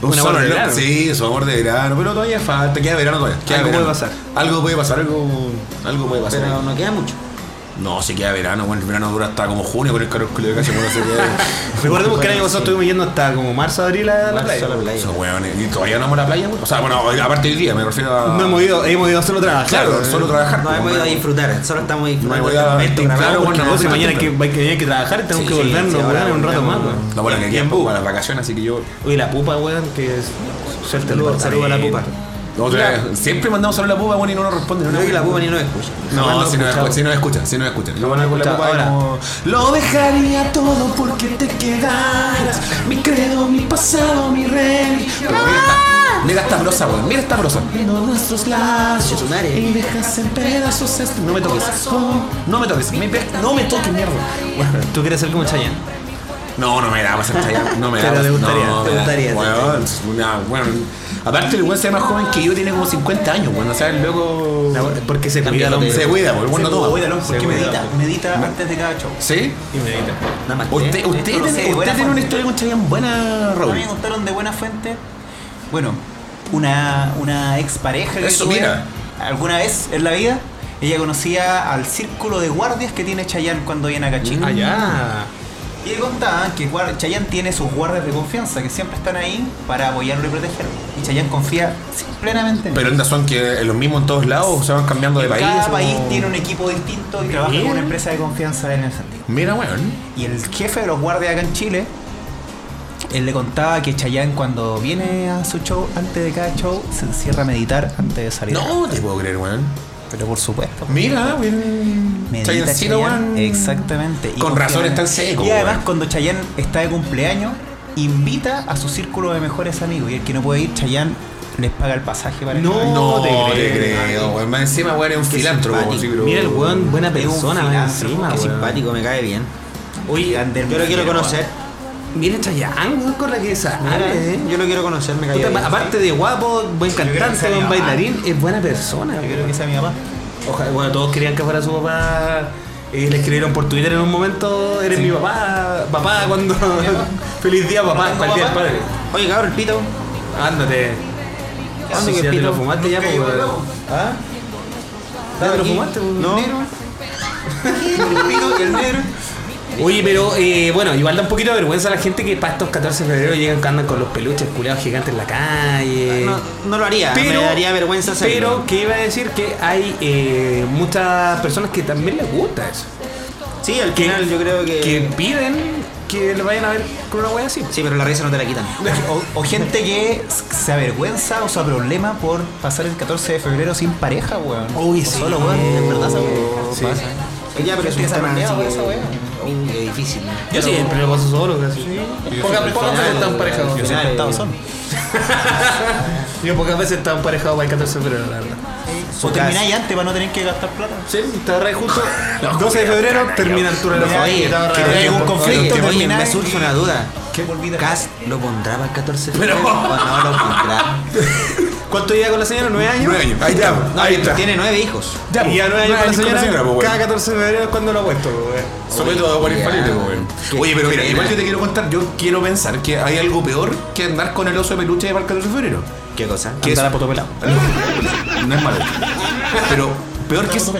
Un amor solo de loco. verano. Sí, su amor de verano, pero todavía falta, queda verano todavía. queda Algo verano. puede pasar. Algo puede pasar, algo, algo puede pasar. Pero no queda mucho. No, si queda verano, bueno, el verano dura hasta como junio con el calor que le cae, bueno, se queda. Recordemos que el año pasado estuvimos yendo hasta como marzo, abril a la playa. Marzo a la playa. Esos hueones, y todavía no vamos a la playa, güey. O sea, bueno, aparte hoy día, me refiero a. No hemos ido, hemos ido solo a trabajar. Claro, solo trabajar. Eh, No pues, hemos ido a güey. disfrutar, solo estamos disfrutando. No hemos ido a- del momento, claro, grabamos bueno, Porque porque vos, si no, mañana hay no, que, hay que- hay que trabajar y tenemos Sí, que volvernos, sí, weón, ahora en un rato más, volvemos. weón. No, bueno, que aquí es para las vacaciones, así que yo. Oye, la pupa, weón, que es. Suelta el Saludos saludo a la pupa. Otra vez, Siempre mandamos solo a la pupa, bueno, y no nos responden. Creo que la pupa ni nos escucha. No, Jamás si lo no escuchaba. escuchan, si no escuchan, si no escuchan. Lo van a escuchar ahora. Lo dejaría todo porque te quedaras. Mi credo, mi pasado, mi rey. Pero mira esta, mira esta brosa, weón. Mira esta brosa. Vino nuestros lazos. Chetumare. Y dejas en pedazos este. No me toques. No me toques. mi pe- no me toques, mierda. Tú quieres ser como Chayanne. No, no me da para ser Chayanne, No me da Pero para te ser- gustaría, no, te me da- gustaría, Weón, una- weón. Aparte, el weón se ve más joven que yo, tiene como 50 años, weón. O sea, el loco. Porque se cuida el hombre. Se cuida, weón. Bueno, toma. Oye, Alonso, ¿por qué medita? Medita antes de cada show. ¿Sí? pues. Nada más. Usted, usted, no sé, tiene- buena usted tiene una fuente. historia con Chayanne buena, A Raúl. mí me contaron de buena fuente. Bueno, una, una expareja que Eso, tuve mira. alguna vez en la vida, Ah, Ah, ella conocía al círculo de guardias que tiene Chayanne cuando viene a Cachín. Allá. Y le contaban que guar- Chayanne tiene sus guardias de confianza que siempre están ahí para apoyarlo y protegerlo. Y Chayanne confía sí, plenamente en él. Pero onda son que eh, los mismos en todos lados, o se van cambiando de país. ¿Eh? Cada o- país tiene un equipo distinto y trabaja con una empresa de confianza en el sentido. Mira, weón. Y el jefe de los guardias acá en Chile, él le contaba que Chayanne cuando viene a su show, antes de cada show, se encierra a meditar antes de salir. No te puedo creer, weón. Pero por supuesto. Mira, weón. Medita Chayancito, Chayanne. weón. Exactamente. Y Con razón obviamente- es tan seco, Y además weón. cuando Chayanne está de cumpleaños, invita a su círculo de mejores amigos. Y el que no puede ir, Chayanne les paga el pasaje para que vayan. No, te, te creo, weón. Más encima, weón, es un filántropo. simpático. sí, pero- Mira el weón, buena Es un persona, más filántropo, encima, Qué weón. simpático, me cae bien. Oye, Ander Yo lo quiero Miguel, conocer. Mira Chayanne, weón, con la que Mira, sale, eh. Yo lo quiero conocer, me cae Puta, bien. Aparte de guapo, buen creo que cantante, sería buen más. bailarín, es buena persona. Yo creo que sea mi papá. Ojalá, bueno, todos querían que fuera su papá. Eh, le escribieron por Twitter en un momento, eres mi papá, papá cuando... Feliz día papá, tengo para el día del papá. padre. Oye, cabrón, el pito. Ándate. ¿Cuándo Sí, que ya te pito? lo fumaste ya, pues, weón. ¿Ah? ¿Ya te lo fumaste? pues? No. Oye, pero eh, bueno, igual da un poquito de vergüenza a la gente que para estos 14 de febrero llegan que andan con los peluches culeados gigantes en la calle. No, no lo haría, me daría vergüenza hacerlo. Pero que iba a decir que hay eh, muchas personas que también les gusta eso. sí, al Que, final yo creo que, que piden que lo vayan a ver con una wea así. Sí, pero la risa no te la quitan. O, o gente que se avergüenza o se problema por pasar el 14 de febrero sin pareja, weón. Uy, O sí. Solo, weón. En verdad, esa weón. Sí. Pasa. Ya, pero es un Gente tema así desarrollada por que... esa wea. Uy, qué difícil. ¿no? Yo siempre lo paso solo, casi. Pocas pocas Ah, veces están parejados. Yo siempre he estado solo. Yo pocas veces estaba emparejado para el 14 de febrero, la verdad. O termináis antes para no tener que gastar plata. Sí, está re justo. 12 de febrero termina el tour de Mira, Oye, oye, estaba re- que te traigo un conflicto, Oye, oye, terminar me surge una duda. ¿Qué? Olvida. ¿Cas lo pondrá para el 14 de febrero o no lo pondrá? ¿Cuánto lleva con la señora? ¿9 años? Nueve años. Ahí está, No, ahí está. tiene nueve hijos. Ya, y ya 9 años con la señora. pues, weón. cada 14 de febrero es cuando lo ha puesto, weón. Sobre todo por ya. infalible, weón. Qué Oye, pero mira, pena. igual yo te quiero contar, yo quiero pensar que hay algo peor que andar con el oso de peluche de Parque de febrero. ¿Qué cosa? ¿Qué Andar es? a poto pelado. No, no es malo. Pero peor que es.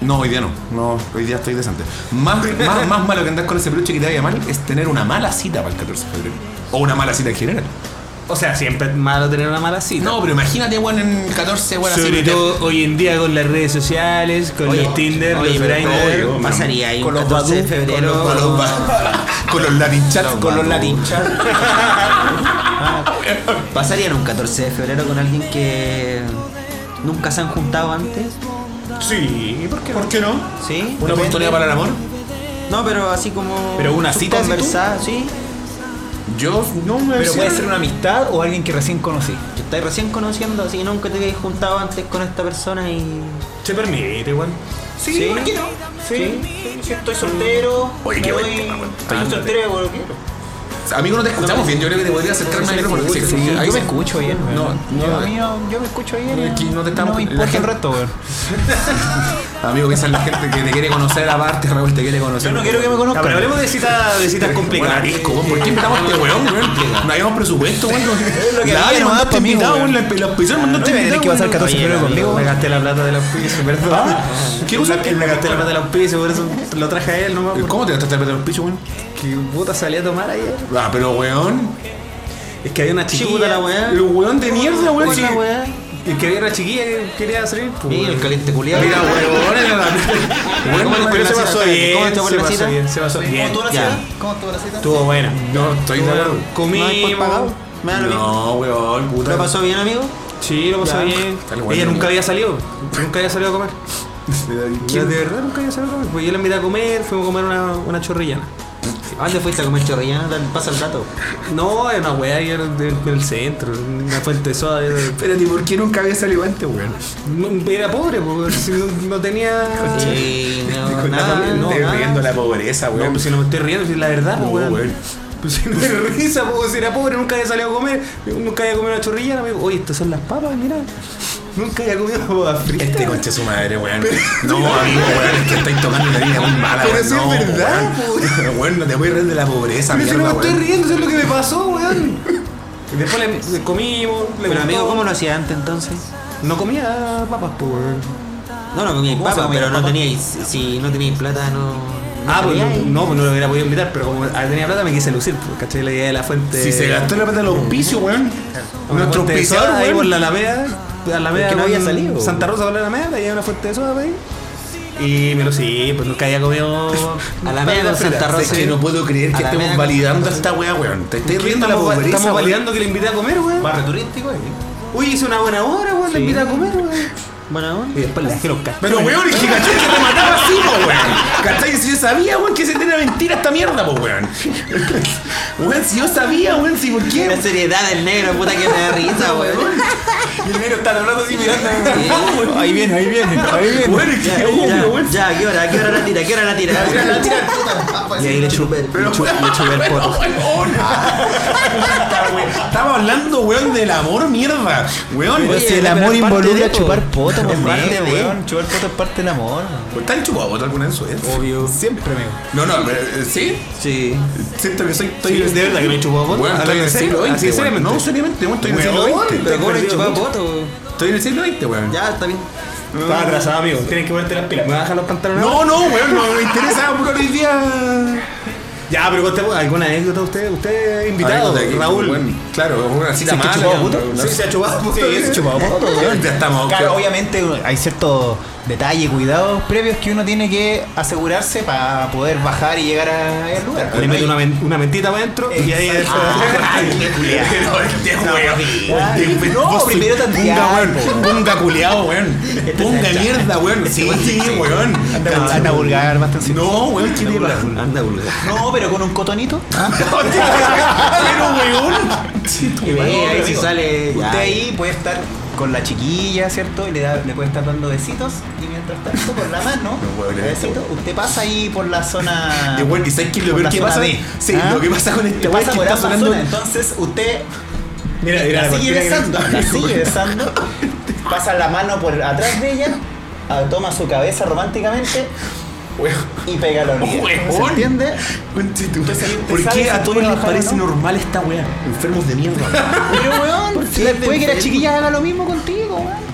No, hoy día no. No, hoy día estoy decente. Más, más, más malo que andar con ese peluche que te vaya mal es tener una mala cita para el 14 de febrero. O una mala cita en general. O sea, siempre es malo tener una mala cita. No, pero imagínate, weón, en 14, weón, así. Sobre meter- todo hoy en día con las redes sociales, con los Tinder, oye, los pero Grindr. obvio, pasaría ahí Con un los 14 de Badoo, con febrero. Con los, ba- con los Latin chat, con los Latin chat. ¿Pasarían un 14 de febrero con alguien que nunca se han juntado antes? Sí, ¿por qué? ¿Por qué no? ¿Sí? ¿Una oportunidad para el amor? No, pero así como. Pero una cita, ¿sí tú? conversada, sí. Yo no me Pero puede ser una amistad o alguien que recién conocí. Que estáis recién conociendo, así que nunca te habéis juntado antes con esta persona y. Se permite, igual. Sí, Sí. ¿por qué no? Sí, sí, sí, estoy soltero. Oye, me qué voy- buen tema, weón. Estoy soltero, weón, Ah, quiero. Amigo, no te escuchamos bien. Yo creo que te podría acercar más al micrófono. Sí, sí, ahí yo me sí. escucho bien, weón. No, no. eh. Yo, mío, yo me escucho bien. Aquí no te estamos- No me la importa el gente- resto, weón. Amigo, que esa es la gente que te quiere conocer aparte, Raúl, te quiere conocer. Yo no quiero que me Ya, conozcan. pero hablemos de citas de citas Bueno, complicadas. arisco, weón, ¿por qué invitamos a este weón, weón? No habíamos presupuesto, weón. lo que había, La Ale no mandaste da pa' mí, invitado, weón. weón. La la especial No mandaste me tenés invitado, que pasar weón. 14 febrero conmigo. Me gasté la plata del auspicio, perdón. ¿Qué cosa? Me- Me gasté la plata del auspicio, por eso lo traje a él nomás. ¿Cómo te gastaste el plata en los pichos, weón? Que puta salí a tomar ayer. Ah, pero weón. Es que había una chiquilla. puta la weá. El weón de mierda, weón. Puta la weá. Es que había una chiquilla que quería salir. pues, Sí, el weón. caliente culiado. Mira, weón, era la. Weón, ¿Cómo Pero la se cita? pasó ¿Cómo bien. estuvo la Se pasó cita? bien. Se pasó bien. ¿Cómo estuvo la Ya. cita? ¿Cómo estuvo la cita? Estuvo buena. No, estoy de acuerdo. Comimos. Me da lo mismo. No, weón, ¿Lo puta. pasó bien, amigo? Sí, lo pasó Ya. bien. Tal cual. Ella nunca había salido. Nunca había salido a comer. Ya, de verdad nunca había salido a comer. Pues yo la invité a comer, fuimos a comer una, una chorrillana. ¿A dónde fuiste a comer chorrillana? Dale, Pasa el dato. No, era una weá ahí en el- en el centro, en una fuente de soda. era- Espérate, ¿por qué nunca había salido antes, weón? no- Era pobre, porque si no, no tenía. Sí, no, Con la nada, familia, no, te nada. riendo la pobreza, No, weón. pues si no me estoy riendo, si es la verdad, No, pues weón. weón. Pues si no me risa, pues si era pobre, nunca había salido a comer, nunca había comido una chorrillana. amigo. Oye, estas son las papas, mira. Nunca había comido papas fritas. Este conche su madre, weón. No, amigo, weón, es que estáis tocando una línea muy mala, Pero weón. si es no, verdad, weón. Weón, no te voy a reír de la pobreza, Pero si no me mierda, estoy weón. riendo, eso es lo que me pasó, weón. Y Después le, le comimos, le Pero gustó. amigo, ¿cómo lo hacía antes entonces? No comía papas, pues weón. No, no comíais ¿Cómo se papa, comía pero no papa? teníais. Si no teníais plata, no. Ah, pues salía ahí. no, pues no lo hubiera podido invitar, pero como tenía plata me quise lucir, pues, ¿cachai? La idea de la fuente. Si se gastó la plata del auspicio, weón. Una Nuestro fuente de auspiciador, soda ahí por weón. la Alameda. la Alameda Porque no con había salido. Santa Rosa por la Alameda, ahí hay una fuente de soda ahí. Y me lo sí, pues nunca había comido. Alameda con Santa Rosa. Es que no puedo creer que A la estemos mega- validando a esta weá, weón. Te estoy riendo la Estamos, pobreza. estamos weón. validando que le invité a comer, weón. Barrio turístico, eh. Uy, hice una buena hora, weón, le invité a comer, weón. Bueno, Y después le dejé los cascos. Pero weón, es que cachai que te mataba así, po, weón. Cachai, si yo sabía, weón, que se tenía mentira esta mierda, po, weón. Weón, si yo sabía, weón, si por qué. la seriedad del negro, puta que me da risa, weón. Y el negro está hablando así mirando. Ahí viene, ahí viene, ahí viene. Weón, es que obvio, weón. Ya, ¿a ¿qué hora? ¿A ¿Qué hora la tira? ¿A ¿Qué hora la tira? Y ahí le chupé, le chu- le chupé el poto. Weón. Oh, Estaba hablando, weón, del amor, mierda. Weón, Pero weón, si el amor involucra chupar poto, pues, Es weón. parte, weón. Chupar fotos es parte del amor. ¿Están chupados alguna vez, weón? Oh. Obvio. Siempre, amigo. No, no, pero, eh, sí. Sí. Siento que soy. Estoy, Sí, de verdad que me chupó poto. Weón, estoy en el siglo Así XX. weón. seriamente. No, seriamente, weón, estoy en el siglo Weón, XX. Pero ¿cómo le perdido chupaba mucho. poto? Estoy en el siglo XX, weón. Ya, está bien. Estaba atrasado, amigo. Tienes que ponerte las pilas. ¿Me bajan los pantalones? No, no, weón, no me interesa, porque hoy día. Ya, pero contemos alguna anécdota usted, usted invitado, Anécdota que- Raúl. bueno, claro, una cita mala. Sí, se ha chupado puto. Sí, se ha chupado puto. Ya estamos. Claro, obviamente hay ciertos detalles, cuidados previos que uno tiene que asegurarse para poder bajar y llegar a- al lugar. pues, Le mete una, men- una mentita para adentro y ahí es. No, primero Punga, tantear. weón. Punga culiao, weón. Punga mierda, weón. Sí, sí, weón. Anda anda a vulgar, más tensión. No, weón, ¿qué te pasa? Anda, vulgar. No, pero con un cotonito. Pero, weón. Y ve, ahí si sale. ya. Usted ahí puede estar con la chiquilla, ¿cierto? Y le, da, le puede estar dando besitos. Y mientras tanto, con la mano, No puedo creer besito, esto. usted pasa ahí por la zona. Y, weón, ¿y sabes qué es lo por peor la que zona pasa? B? Sí, ¿Ah? lo que pasa con este Le weón es pasa que por está ambas sonando. zonas. Entonces, usted Mira, mira, la la sigue cortina que- besando, la sigue besando, pasa la mano por atrás de ella, ah, toma su cabeza románticamente Weón. Oh, y pega la orilla. Weón. ¿Se entiende? Conchito. Entonces, ahí usted ¿Por sabe qué si a todos puede les bajar o parece no? normal esta weá? Enfermos de mierda. Pero weón, después que las chiquillas hagan lo mismo contigo, weón.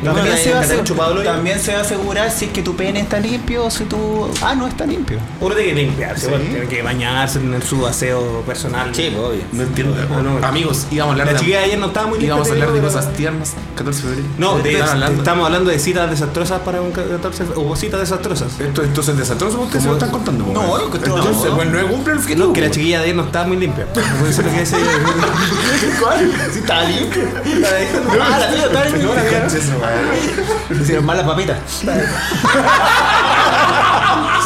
No, También, no, no, se va a no, asegurar, chupado el hoyo. también se va a asegurar si es que tu pene está limpio o si tu... Ah, no está limpio. Uno tiene que limpiarse, Sí. bueno, tiene que bañarse, tener su aseo personal. Sí, pues, obvio. No entiendo. No, no. Amigos, íbamos a La hablar de chiquilla de ayer no estaba muy lista. Íbamos a te hablar de digo, cosas pero- tiernas. 14 de febrero. No, de, Estaban hablando. estamos hablando de citas desastrosas para un 14 o citas desastrosas. Esto, esto es el desastroso, ustedes se lo están contando. po, No, weón. yo que estoy- Entonces, no. bueno, no cumple el fin. No, que la chiquilla de ayer no estaba muy limpia. Por eso lo que dice- Si está limpio. Ah, la tuya está limpia. Hicieron malas papitas. Eso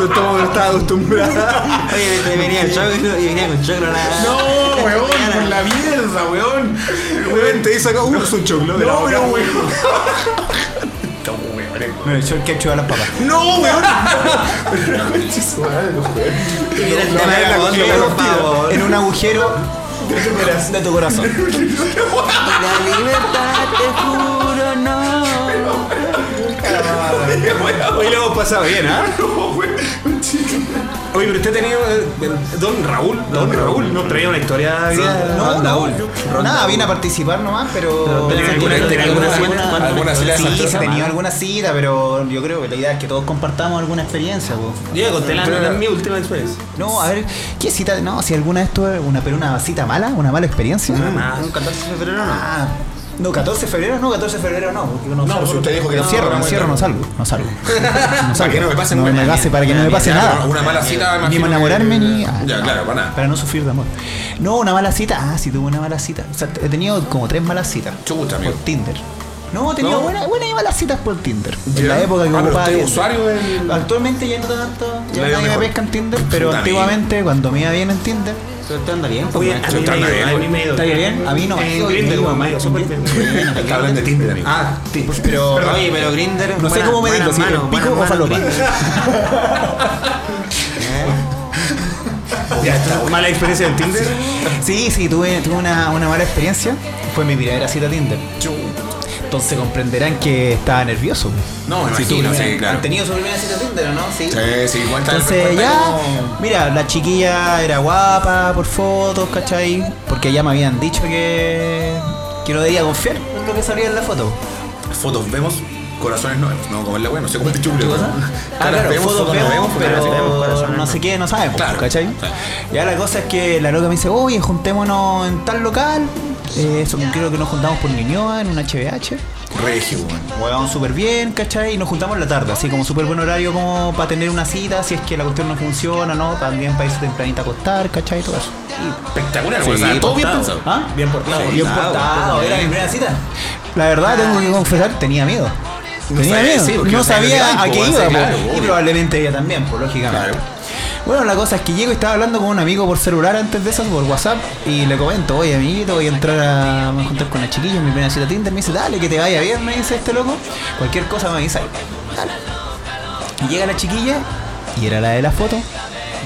estamos no estaba acostumbrada. Oye, te venía el choclo y venía con choclo nada. No, weón, por la mierda, weón. Weón, te saca un su choclo de la boca. No, weón. Bueno, yo el ketchup a las papas. No, weón. Mira el no, tema no, de la la cogí, onda, por la cogí. favor. En un agujero de tu corazón. La libertad, te juro, no. Hoy lo hemos pasado bien, ¿ah? Oye, pero usted tenía. eh, eh, Don Raúl, Don, Raúl, nos traía una historia. Ronda No, Ronda no, Bull. nada, vine a participar nomás, pero... Pero tenía alguna- tenía alguna cita, alguna cita sí, desastrosa, se tenía ¿no? alguna cita, pero yo creo que la idea es que todos compartamos alguna experiencia, po. Yo ya conté la, Ah, la- mi última experiencia. No, a ver, ¿qué cita? No, si alguna de esto es una, pero una cita mala, una mala experiencia. Más. Un 14 de febrero, no. Ah, no, 14 de febrero no, 14 de febrero no. Porque no, pues usted dijo que no no, cierro, no, no no, cierro, no. no salgo, no salgo. No Para salgo. que no me pase No me nada. pase para que no me pase Ya, nada. Una mala cita, Ni imagino me enamorarme que- ni. ah, Ya, no. claro, para nada. Para no sufrir de amor. No, una mala cita. Ah, sí, tuve una mala cita. O sea, he tenido como tres malas citas. Chuta, amigo. Por Tinder. No, he tenido No. buenas buenas y malas citas por Tinder. En Ya. la época que Ah, pero ocupaba usted es Tinder. usuario del- Actualmente ya no tanto. Ya La nadie me mejor. pesca en Tinder, pero Puta, amigo. antiguamente cuando me iba bien en Tinder. Pero te anda bien, Oye, pues, a macho. mí me está ha ido, bien, a mí me ha ido. ¿Está bien? A mí no. En Ay, Dios Eh, Grindr, mío, weón, me ha ido súper bien. Está hablando de Tinder, amigo. Ah, sí. Pero. Pero, Oye, pero Grinder. No sé cómo medirlo, si el pico o falopa. Ya está. Mala experiencia en Tinder. Sí, sí, tuve, tuve una, una mala experiencia. Fue mi primera cita a Tinder. Entonces comprenderán que estaba nervioso. No, me Si tú imagino, primera- sí, claro. ¿Han tenido su primera cita a Tinder o no? Sí. Sí, sí, igual está- Entonces está- ya, mira, la chiquilla era guapa por fotos, ¿cachai? Porque ya me habían dicho que, que no debía confiar en lo que salía en la foto. Ah, Fotos vemos. Corazones no vemos, no, como es la wea, no sé cómo te chulo. Ah, Caras claro, vemos, fotos fotos no vemos, pero pero no sé qué, no sabemos, Claro. ¿cachai? Ya la cosa es que la loca me dice, oye, juntémonos en tal local. Eh, eso, creo que nos juntamos por Niñoa en un HBH. regio, weón. Huevamos súper bien, ¿cachai? Y nos juntamos en la tarde, así como súper buen horario como para tener una cita, si es que la cuestión no funciona, ¿no? También para irse tempranito a acostar, ¿cachai? Todo eso. Espectacular, weón. o sea, todo bien portado. pensado. ¿Ah? Bien portado. Bien portado, era mi primera cita. La verdad, tengo que confesar, tenía miedo. Tenía sabía miedo, decir, porque no no sabía sabía a qué qué blanco, iba, sí, po. claro, y obvio. probablemente ella también, por lógicamente. Claro. Bueno, la cosa es que llego y estaba hablando con un amigo por celular antes de eso, por WhatsApp, y le comento, oye amiguito, voy a entrar a, me voy a juntar con la chiquilla en mi primera cita Tinder, me dice, dale, que te vaya bien, me dice este loco, cualquier cosa me avisa. Dale. Y llega la chiquilla, y era la de la foto,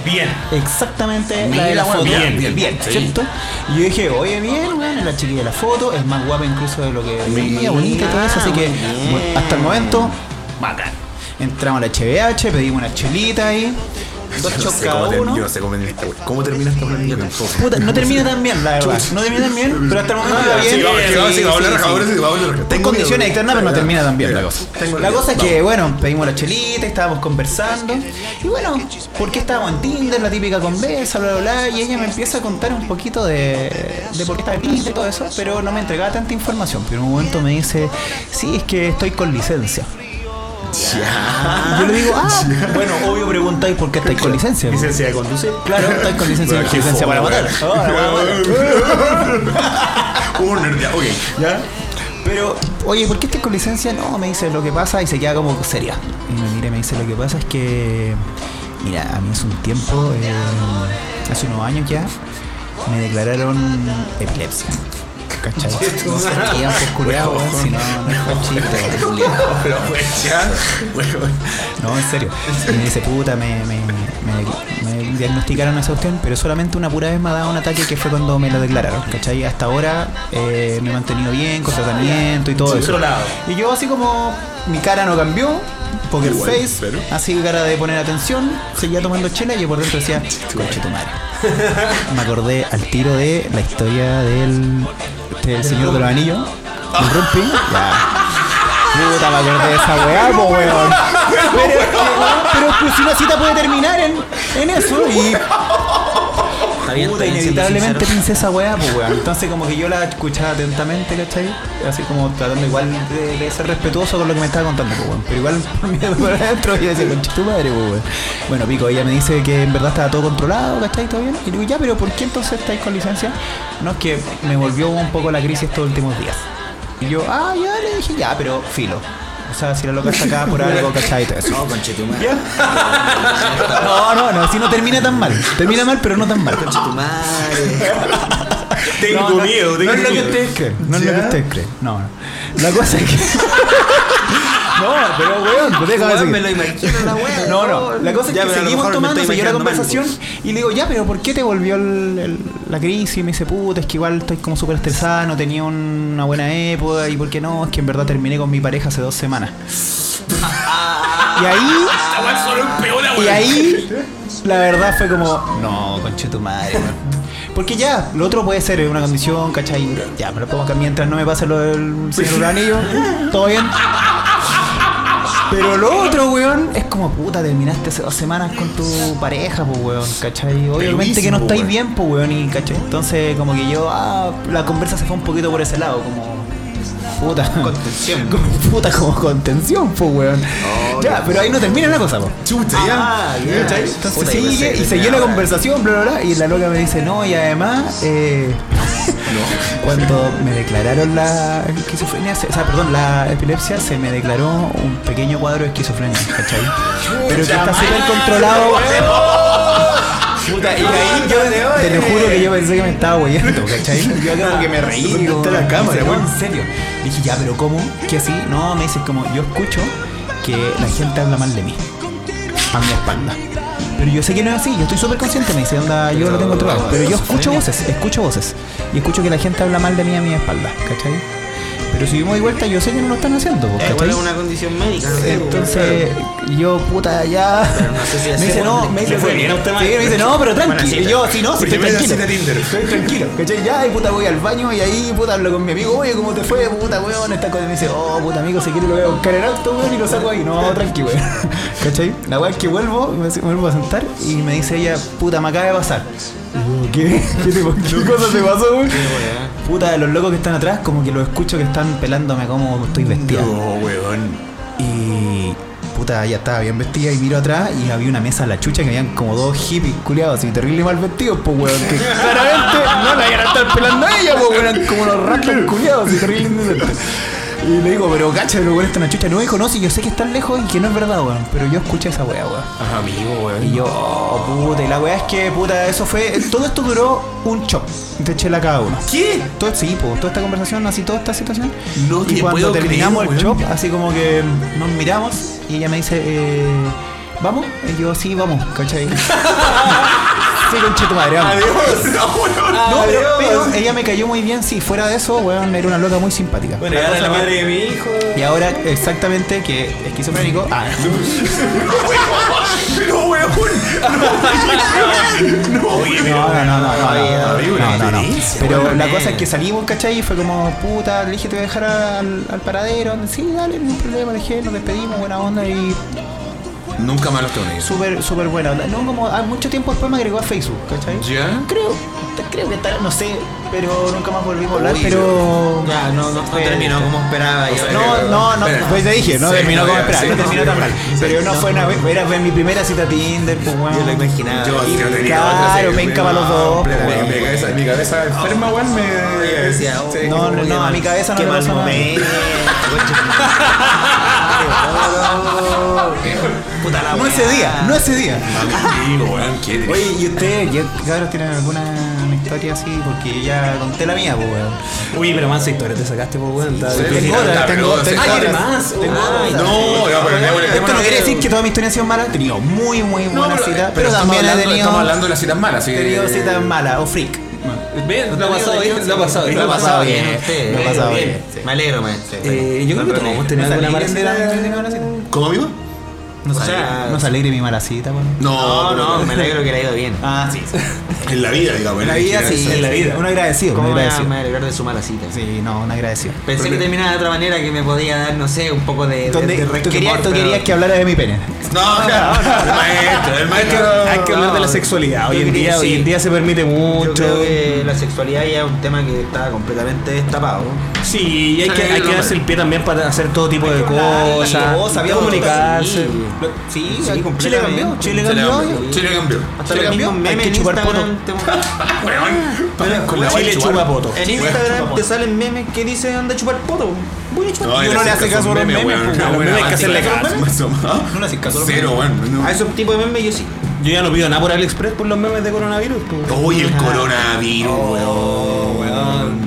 Bien. Exactamente Mira, la de la bueno, foto. bien, bien, Bien, bien, sí. ¿cierto? Y yo dije, oye, bien, weón, es la chiquilla de la foto, es más guapa incluso de lo que Mira, bonita y todo eso, así que bueno, hasta el momento, bacán. Entramos a la HBH, pedimos una chelita ahí, dos Yo no shots sé cada cómo termina- Yo uno. no sé cómo termina esta wea. ¿Cómo termina esta wea? Yo tampoco. Puta, no termina tan bien, la verdad. No termina tan bien, pero hasta el momento iba bien. Ah, Sí, vamos, sí, vamos, sí, vamos a hablar, vamos a hablar, vamos a hablar. Tengo Tengo miedo, condiciones weón. externas, pero no Ya, termina tan bien ya, la cosa. La tengo miedo, cosa es vamos. que, bueno, pedimos la chelita, estábamos conversando. Y bueno, porque estábamos en Tinder, la típica conversa, bla, bla, bla. Y ella me empieza a contar un poquito de, de por qué estaba en Tinder y todo eso, pero no me entregaba tanta información. Pero en un momento me dice, sí, es que estoy con licencia. Y Yo le digo, ah, bueno, obvio preguntáis por qué estáis con licencia. Licencia de conducir. Claro, estáis con licencia, Bueno, qué licencia para fome, matar. weón. Ah, para matar. Un nerd, ya, ok. ¿Ya? Pero, oye, ¿por qué estás con licencia? No, me dice lo que pasa y se queda como seria. Y me mira y me dice, lo que pasa es que, mira, a mí hace un tiempo, eh, hace unos años ya, me declararon epilepsia. ¿Cachai? No se rían, pues, culiao, weón, si no, no es buen chiste, weón, culiao. Pero, weón, ya. Weón. No, en serio. Y me dice, puta, me, me, me- me diagnosticaron esa cuestión, pero solamente una pura vez me ha dado un ataque que fue cuando me lo declararon, ¿cachai? Hasta ahora eh, me he mantenido bien, con tratamiento y todo eso. Y yo así como mi cara no cambió, poker Igual, face, pero- así cara de poner atención, seguía tomando chela y yo por dentro decía, coche tu madre. Me acordé al tiro de la historia del, del señor de los anillos, el rumpi. Ya. Puta, me acordé de esa weá, po, weón. Pero, es que, weón, pero es que si una cita puede terminar en, en eso y Puta, Está bien, está bien, siendo inevitablemente sincero. pensé esa weá, pues weón. Entonces como que yo la escuchaba atentamente, ¿cachai? Así como tratando igual de, de ser respetuoso con lo que me estaba contando, pues weón. Pero igual por mí por adentro yo decía, concha tu madre, pues weón. Bueno, pico, ella me dice que en verdad estaba todo controlado, ¿cachai? ¿Todo bien? Y le digo, ya, pero ¿por qué entonces estáis con licencia? No, es que me volvió un poco la crisis estos últimos días. Y yo, ah, ya, le dije, ya, pero filo. O sea, si la loca sacaba por algo, ¿cachai? Todo eso. No, conchetumare. No, no, no, si no termina tan mal. Termina mal, pero no tan mal. Conchetumare. Tengo no, miedo, No tengo es lo que miedo. ustedes creen. No es lo que ustedes creen. No, no. La cosa es que. No, pero weón, pues déjame Weón, seguir. me lo imagino la wea. No, no. La cosa es Ya, que pero a lo seguimos mejor me tomando, estoy siguió la imaginando mal, conversación pues. y le digo, ya, pero ¿por qué te volvió el- el- la crisis? Y me dice, puta, es que igual estoy como súper estresada, no tenía una buena época y por qué no, es que en verdad terminé con mi pareja hace dos semanas. y ahí y ahí, la verdad fue como, no, conche tu madre, weón. Porque ya, lo otro puede ser una condición, ¿cachai? Ya, me lo pongo acá mientras no me pase lo del señor anillo. Todo bien. Pero lo otro, weón, es como, puta, terminaste hace dos semanas con tu pareja, pues, weón, ¿cachai? Obviamente que no Peludísimo, estáis weón. bien, pues, weón, y, ¿cachai? Entonces, como que yo, ah, la conversa se fue un poquito por ese lado, como... Puta. Contención. puta como contención, pues, weón. ya, pero ahí no termina la cosa, po. Chucha, ah, ya. ¿Cachai? Entonces Puta, yo pensé sigue que y tenía siguió la hora. conversación, bla, bla, bla. Y la loca me dice, no, y además, eh, cuando me declararon la esquizofrenia, se- o sea, perdón, la epilepsia, se me declaró un pequeño cuadro de esquizofrenia, ¿cachai? Pero que está súper controlado. Ah, Puta, y ahí yo ah, te lo juro que yo pensé que me estaba boyando, ¿cachai? Yo como que me reí. ¿Dónde digo, está la me cámara, dice, "No, weón?" en serio. Dije, ya, pero ¿cómo? ¿Qué así? No, me dices como, yo escucho que la gente habla mal de mí a mi espalda. Pero yo sé que no es así, yo estoy súper consciente, me dice, anda, yo lo tengo controlado. Pero yo escucho voces, escucho voces. Y escucho que la gente habla mal de mí a mi espalda, ¿cachai? Pero si yo me doy vuelta, yo sé que no lo están haciendo. Eh, po, Igual ¿cachai? es una condición médica. no sé, Entonces, yo, puta, ya. no sé si me hace dice, bueno. no, me dice. Le fue bien a usted, Sí, man. me dice, no, pero Buena tranqui. cita. Y yo, si no, si estoy Primera tranquilo. cita Tinder. Estoy tranquilo, ¿cachai? Ya, y puta, voy al baño y ahí, puta, hablo con mi amigo, oye, ¿cómo te fue? Puta, weón, esta cosa. Y me dice, oh, puta, amigo, si quiere lo voy a buscar en auto, weón, y lo saco ahí. No, tranqui, weón. ¿Cachai? La weá es que vuelvo, me me vuelvo a sentar y me dice ella, puta, me acaba de pasar. Y yo, ¿Qué? ¿Qué, te, ¿Qué cosa te pasó, weón? Puta, los locos que están atrás, como que los escucho que están pelándome cómo estoy vestida. Oh, Y puta, ya estaba bien vestida y miro atrás y había una mesa a la chucha que habían como dos hippies culiados y terrible mal vestidos, pues weón, que claramente no la iban a estar pelando a ella, pues weón, eran como unos rastas culiados y terrible indecentes. Y le digo, pero cacha, pero weón, está una chucha. No, hijo, no, si yo sé que están lejos y que no es verdad, weón. Pero yo escuché esa weá, weón. amigo, weón. Y yo, oh, puta, y la weá es que, puta, eso fue. Todo esto duró un chop de chela cada uno. ¿Qué? Todo, sí, po, toda esta conversación, así toda esta situación. No y te cuando puedo terminamos creer, el weón. chop, así como que nos miramos y ella me dice, eh, ¿vamos? Y yo, sí, vamos, ¿cachai? sí, conche tu madre, vamos. Adiós. No, weón. No, pero, eh, pero ella me cayó muy bien, sí, fuera de eso, weón, era una loca muy simpática. Bueno, y ahora la madre de mi hijo. Y ahora, exactamente, que esquizofrénico. Ah, No, weón. No, weón. No, no, no, no, no, amigo, no, no, no, no. experiencia, Pero la cosa es que salimos, ¿cachai? Y fue como, puta, le dije, te voy a dejar al, al paradero. Sí, dale, no hay problema, le dije, nos despedimos, buena onda y Nunca más los tengo unidos. súper, súper buena onda. No, como ah, mucho tiempo después me agregó a Facebook, ¿cachai? ¿Ya? Creo, creo que estará, no sé, pero nunca más volvimos a hablar, Uy, pero... Ya, no, no, no terminó como esperaba. yo. No, no, no, Espera. pues te dije, no Sí, terminó no, como ya, esperar, sí, no no, terminó sí, tan mal. sí. Pero no fue una vez, era fue mi primera cita a Tinder, pues weón. Yo lo imaginaba. Yo, si no tenía otra Claro, serie, me encaba no, los dos, plena, pues, mi- Mi cabeza, mi cabeza enferma, weón, me... Yo decía, oh, Sí. No, no, qué no, a mal- mi cabeza no qué le mal pasó nada. momento. Puta la No wea. ese día, no ese día. Amigo, weón, qué triste. Oye, ¿y ustedes, ya, cabros, tienen alguna historia así? Porque yo ya conté la mía, pues, weón. Uy, pero más sectores te sacaste, pues, weón. Está- Sí, Tengo sí, otra. está- tengo, pero, tengo sí, Ah, ¿tiene otra. más? Tengo Ah, otra. No, no, pero tenemos- Esto no tenemos- quiere decir que todas mis historias han sido malas. He tenido muy, muy buenas citas, pero, estamos también he hablando- tenido, Estamos hablando de las citas malas, así he que... tenido citas malas, o freak. Ven, lo ha pasado bien, lo ha pasado bien. Lo ha pasado bien Lo usted. ha pasado bien, sí. Me alegro, maestro. Eh, yo creo que todos tenemos ¿No alguna mala se alegren de la- de mi mala cita? ¿Cómo, amigo? No se O sea, alegre- no se alegre mi mala cita, weón. No, No, Oh, no, me alegro que le ha ido bien. Ah, sí. En la vida, digamos. En la vida, sí. en la vida. Un agradecido, un ¿Cómo me voy a- me agradecido. voy a alegrar de su mala cita? Sí, no, un agradecido. Pensé que terminaba de otra manera que me podía dar, no sé, un poco de. de- Donde de tú resquemor, querías, tú pero- querías que hablara de mi pene. No, claro, el maestro, el maestro... Hay que hablar de la sexualidad. Hoy en día, hoy en día se permite Yo creo mucho. que la sexualidad ya es un tema que está completamente destapado. Sí, y hay que, hay que darse el pie también para hacer todo tipo de cosas. comunicarse. Sí, sí, sí, Chile cambió, Chile completamente. cambió. Chile cambió. Ah, Hasta Chile los cambió, mismos hay memes que en chupar Instagram. Weón, paren con la Chile guay, chupa chupar. poto. te- En Instagram te salen memes que dicen anda a chupar poto. Voy a chupar No, poto. y Uno le hace caso a los memes, memes, weón. pues, No, a los weón, memes hay que antes hacerle de caso. los memes, ¿ah? No le haces caso a los Cero, weón. no. A esos tipos de memes yo sí. Yo ya no pido nada por AliExpress por los memes de coronavirus. pues. Oh, Oye, el coronavirus, weón.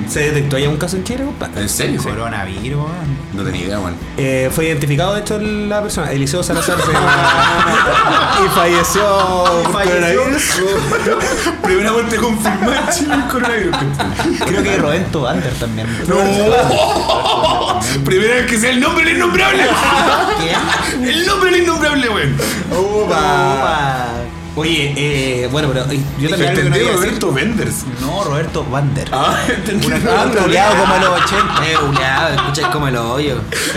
Se detectó ya un caso en Chile, compadre. ¿En serio? weón? Coronavirus, weón. No tenía idea, weón. Eh, fue identificado, de hecho, la persona, Eliseo Salazar, se llama, y falleció por coronavirus. Primera muerte confirmada en Chile el coronavirus. Creo que Roberto Ander también. No. Primera vez que sea el nombre del innombrable. El nombre del innombrable, weón. Oye, eh, bueno, pero eh, yo Yo también algo que no entendí había decir. Roberto Wenders. No, Roberto Vander. Ah, entendí. Un Roberto actor culiado como en los 80. Eh, buleado, escucháis como el hoyo. Sí,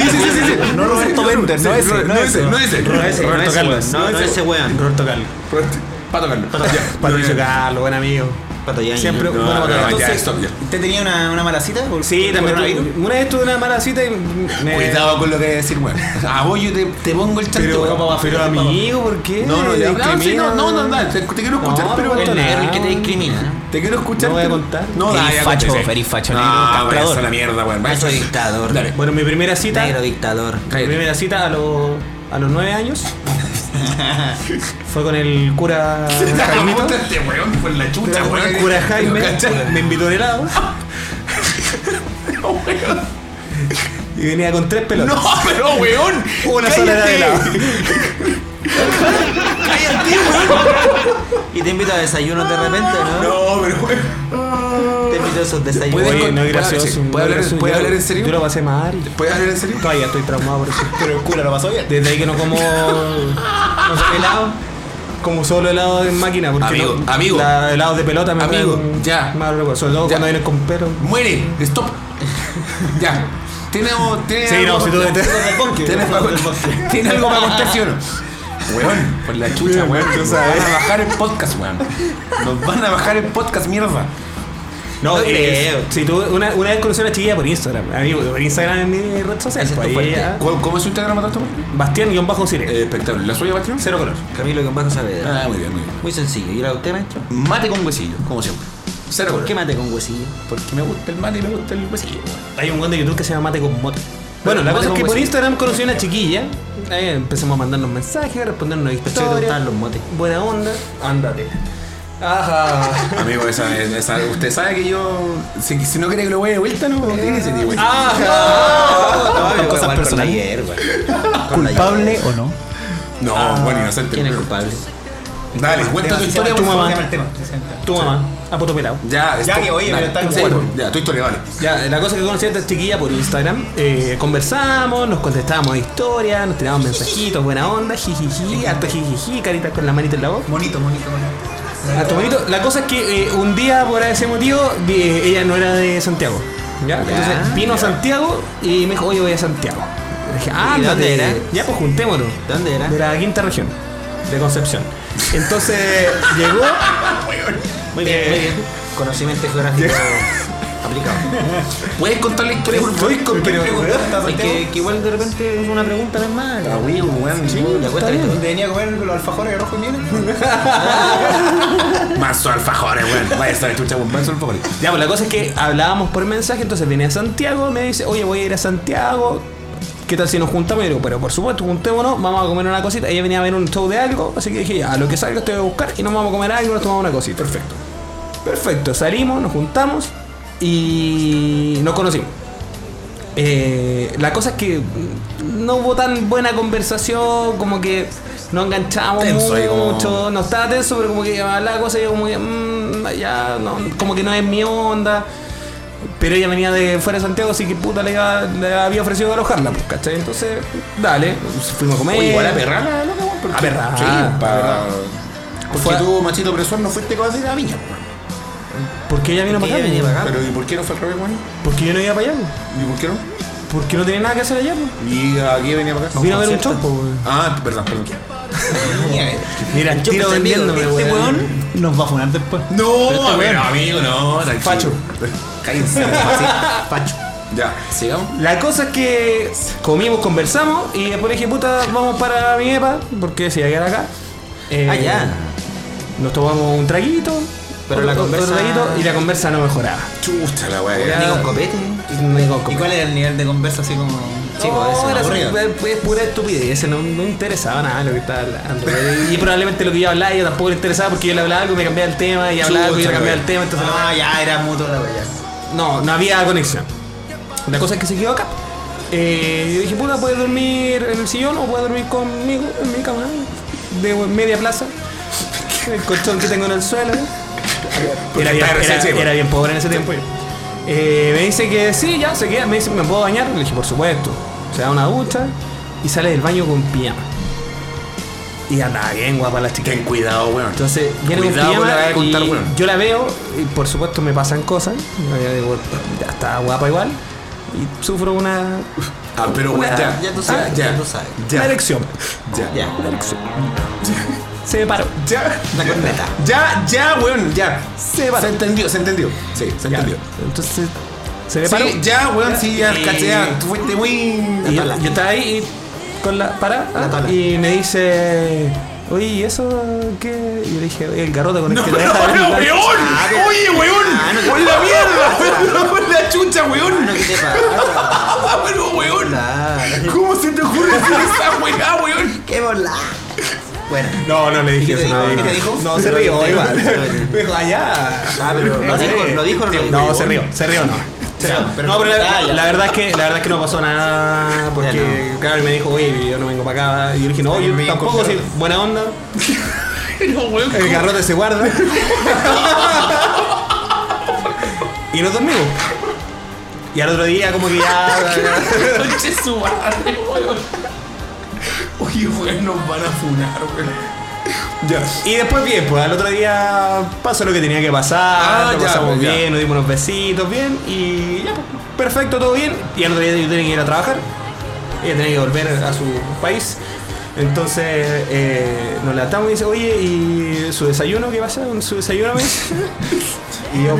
sí, sí, sí, sí. No Roberto Vander, no Sí, ese, no ese. No ese. No ese. Roberto ese Carlos. weón, No, no ese weón. Roberto Carlos. Roberto- Pato Carlos. Ya, Patricio no, Carlos, buen amigo. Pato Yañez. Siempre, No, no, bueno, no, pero no, ya, entonces- stop, ya. ¿Usted tenía una, una mala cita? por- Sí, por coronavirus? también. Una vez tuve una mala cita y Eh, me. Cuidado con lo que voy a decir, weón. A vos yo te, te pongo el chanto, weón. Pero, pero amigo, ¿por qué? No, no, ya. No, sí, no, no, no, no. no, te, te quiero escuchar, No, pero pero te, bueno. negro el que Ah. te discrimina. te quiero escuchar. No voy a pero- contar. No, Eres da, ya facho, conté, sí. eres facho, No, negro, castrador. váyanse a la mierda, weón. Maestro váyanse. dictador. Dale. Bueno, mi primera cita. Negro dictador. Mi primera cita a los a los nueve años fue con el cura Jaimito. Este weón fue la chucha, Con weón. el cura Jaime me invitó a un helado No, weón. y venía con tres pelotas. No, pero weón. Una sola era de helado. Y te invito a desayuno de repente, ¿no? No, pero weón. Te invito graciosos desayunos. Puede- Oye, no es ¿Puedo- gracioso. ¿puedo no es hablar- gracioso. puedo Yo- hablar en serio? Yo lo pasé mal. ¿Puedes hablar en serio? Todavía estoy traumado por eso. Pero el culo lo pasó bien. Desde ahí que no como. No sé, helado. Como solo helado en máquina. Porque Amigo, no- amigo. la- helados de pelota me Amigo, traen ya. Mal recuerdo. Sobre todo Ya. cuando vienen con pelo. ¡Muere! ¡Stop! ya. ¿Tiene algo, tiene Sí, algo no, si tú para- te- ¿Tiene, algo para- ¿Tiene algo para contar, sí o no? Weón, por la chucha, weón. Nos van a bajar el podcast, weón. Nos van a bajar el podcast, mierda. No, No eh, creo. Si tú una, una vez conocí a una chiquilla por Instagram. Amigo, por Instagram es mi red social. Ese es pues, tu ahí, fuerte. ah. ¿Cómo, cómo es su Instagram, Matato? Bastián-Cire. Eh, espectacular. ¿La suya, Bastión? Cero color. Camilo con bajo Saavedra. Ah, muy bien, muy bien. Muy sencillo. ¿Y la de usted, maestro? Mate con huesillo, como siempre. Cero ¿Por color. qué mate con huesillo? Porque me gusta el mate y me gusta el huesillo, weón. Hay un weón de YouTube que se llama Mate con Mote. Bueno, la Mate cosa es con que por Mote. Instagram conocí a una chiquilla. Ahí empezamos a mandarnos mensajes, a respondernos Pensé que te gustaban historias. los motes. Buena onda. Ándate. Ajá. Amigo, esa, esa, usted sabe que yo. Si, si no quiere que lo vaya de vuelta, no tiene ese tipo. Ajá. No, yo voy cosas a jugar con la personales. hierba. Con la ¿Culpable hierba. o no? No, bueno, inocente. ¿Quién es culpable? Dale, cuenta tu historia, tu por favor. mamá. Tu mamá. A poto pelado. Ya, Ya stop. que, oye, pero Dale, está en en serio, juego. Ya, tu historia, vale. Ya, la cosa es que conocí a esta chiquilla por Instagram, eh, conversamos, nos contestábamos historias, nos tirábamos mensajitos, buena onda, jijiji, harto jijiji, caritas con la manita en la boca. Bonito, bonito, bonito. Harto bonito. La cosa es que eh, un día, por ese motivo, vi- eh, ella no era de Santiago. ¿ya? Entonces vino a Santiago y me dijo, oye, voy a Santiago. Le dije, ah, ¿Y de dónde ándate. era? Ya, pues juntémonos. ¿De dónde era? De la quinta región, de Concepción. Entonces llegó. Muy bien, muy bien. Conocimiento geográfico aplicado. ¿Puedes contar la historia, por favor? Estoy con- pero- Es que, que igual de repente es una pregunta normal. Ah, güey, weón. ¿La cuesta que te- venía a comer los alfajores de rojo y miel? Manso alfajores, weón. Vaya a estar chucha, weón. Manso alfajores. Ya, pues la cosa es que hablábamos por mensaje, entonces viene a Santiago, me dice, oye, voy a ir a Santiago, ¿qué tal si nos juntamos? Y yo digo, pero por supuesto, juntémonos, vamos a comer una cosita. Ella venía a ver un show de algo, así que dije, ya, a lo que salga te voy a buscar y nos vamos a comer algo, nos tomamos una cosita. Perfecto. Perfecto, salimos, nos juntamos y nos conocimos. Eh, la cosa es que no hubo tan buena conversación, como que no enganchamos Tenso ahí, como- mucho, no estaba tenso, pero como que ah, la cosa yo como que, mm, ya, no, como que no es mi onda. Pero ella venía de fuera de Santiago, así que puta le, iba- le había ofrecido alojarla, pues, ¿cachai? Entonces, dale, fuimos a comer. Oye, igual a perrar la loca, weón. porque- A perrar, Sí, a pa... Porque Fue- tú, machito presor, no fuiste con la viña, weón. Porque ella vino ¿Por qué para acá. ella venía para acá? Pero, ¿y por qué no fue al revés, weón? Porque yo no iba para allá, ¿Y por qué no? porque no tenía nada que hacer allá, pues. ¿Y aquí venía para acá? Vino a ver un concierto. show, pues, weón. Ah, perdón, perdón. Mira, el Yo tiro pensé, amigo, vendiéndome, este weón. weón Nos va a funar después. No, bueno, este amigo, no. tranquilo. Facho. Cállense. Pacho. Ya, sigamos. La cosa es que comimos, conversamos y después le dije, puta, vamos para mi EPA, porque se iba a quedar acá. Eh, Ah, ya. Nos tomamos un traguito, Pero la conversa- y la conversa no mejoraba. Chucha la weá. Ya. Ni Ah, con copete. pues, ¿Y era el nivel de conversa así como.? Oh, Sí, No, "Oh, era era es pura estupidez, no, no interesaba nada lo que estaba hablando. Y probablemente lo que yo hablaba yo tampoco le interesaba porque yo le hablaba algo y me cambiaba el tema, y hablaba algo y yo Chucha, le cambiaba güey. el tema, entonces Ah, ya, era mutuo la wea. No, no había conexión. La cosa es que se quedó acá. Eh, yo dije, puta, puedes dormir en el sillón o puedes dormir conmigo en mi cama de media plaza. El colchón que tengo en el suelo. Era bien, Porque está era- RCC, era bien pobre en ese tiempo. yo. Eh, me dice que sí, ya se queda. Me dice, ¿me puedo bañar? Le dije, por supuesto. Se da una ducha y sale del baño con pijama. Y andaba bien guapa la chica. Ten cuidado, weón. Entonces viene con Cuidado con la que pijama vas a contar, y weón. yo la veo y por supuesto me pasan cosas. Yo digo, Ya está guapa igual. Y sufro una, Ah, pero Una- weón, ya. Ya tú sabes, Ah, ya tú sabes. una erección. Ya. Ya. Se me paró. Ya. La corneta. Ya, ya, weón, ya. Se Se paró. entendió, se entendió. Sí, se Ya. entendió. Entonces se me paró. Eh, Sí, ya, weón, sí, ya, caché, ya. Tú fuiste Y muy. yo, yo estaba ahí y con la pará ah, tabla. y me dice, oye, ¿y eso qué? Y yo le dije, oye, el garrote con el No, que pero, te dejas pero, hablar". weón. Oye, weón. Con la mierda. Con la chucha, weón. No, ¿qué te pasa? Ah, pero, weón. Hola. ¿Cómo se te ocurre decir esa weá, weón? ¡Qué bola! Bueno. No, no le dije te eso. no le dijo? ¿Qué dije te eso. dijo? No, se rió Te igual. dijo, te dijo. Me dijo, allá. Ah, pero lo Sí. dijo, lo dijo, lo dijo. No, se rió, se rió, no. Se rió. No, pero la, Ah, ya. la verdad es que la verdad es que no pasó nada porque Ya claro, me dijo, "Oye, yo no vengo para acá." Y yo le dije, "No, yo tampoco, sí, buena onda." El garrote se guarda. Y nos dormimos. Y al otro día como que ya... Conche su madre, weón. Oye, weón, nos van a funar, weón. Ya. Y después bien, pues al otro día pasó lo que tenía que pasar, Ah, lo ya, pasamos pues, ya. bien, nos dimos unos besitos bien y ya, pues, perfecto, todo bien. Y al otro día yo tenía que ir a trabajar, ella tenía que volver a su país. Entonces eh, nos levantamos y dice, oye, ¿y su desayuno qué pasa con su desayuno? me dice? y yo,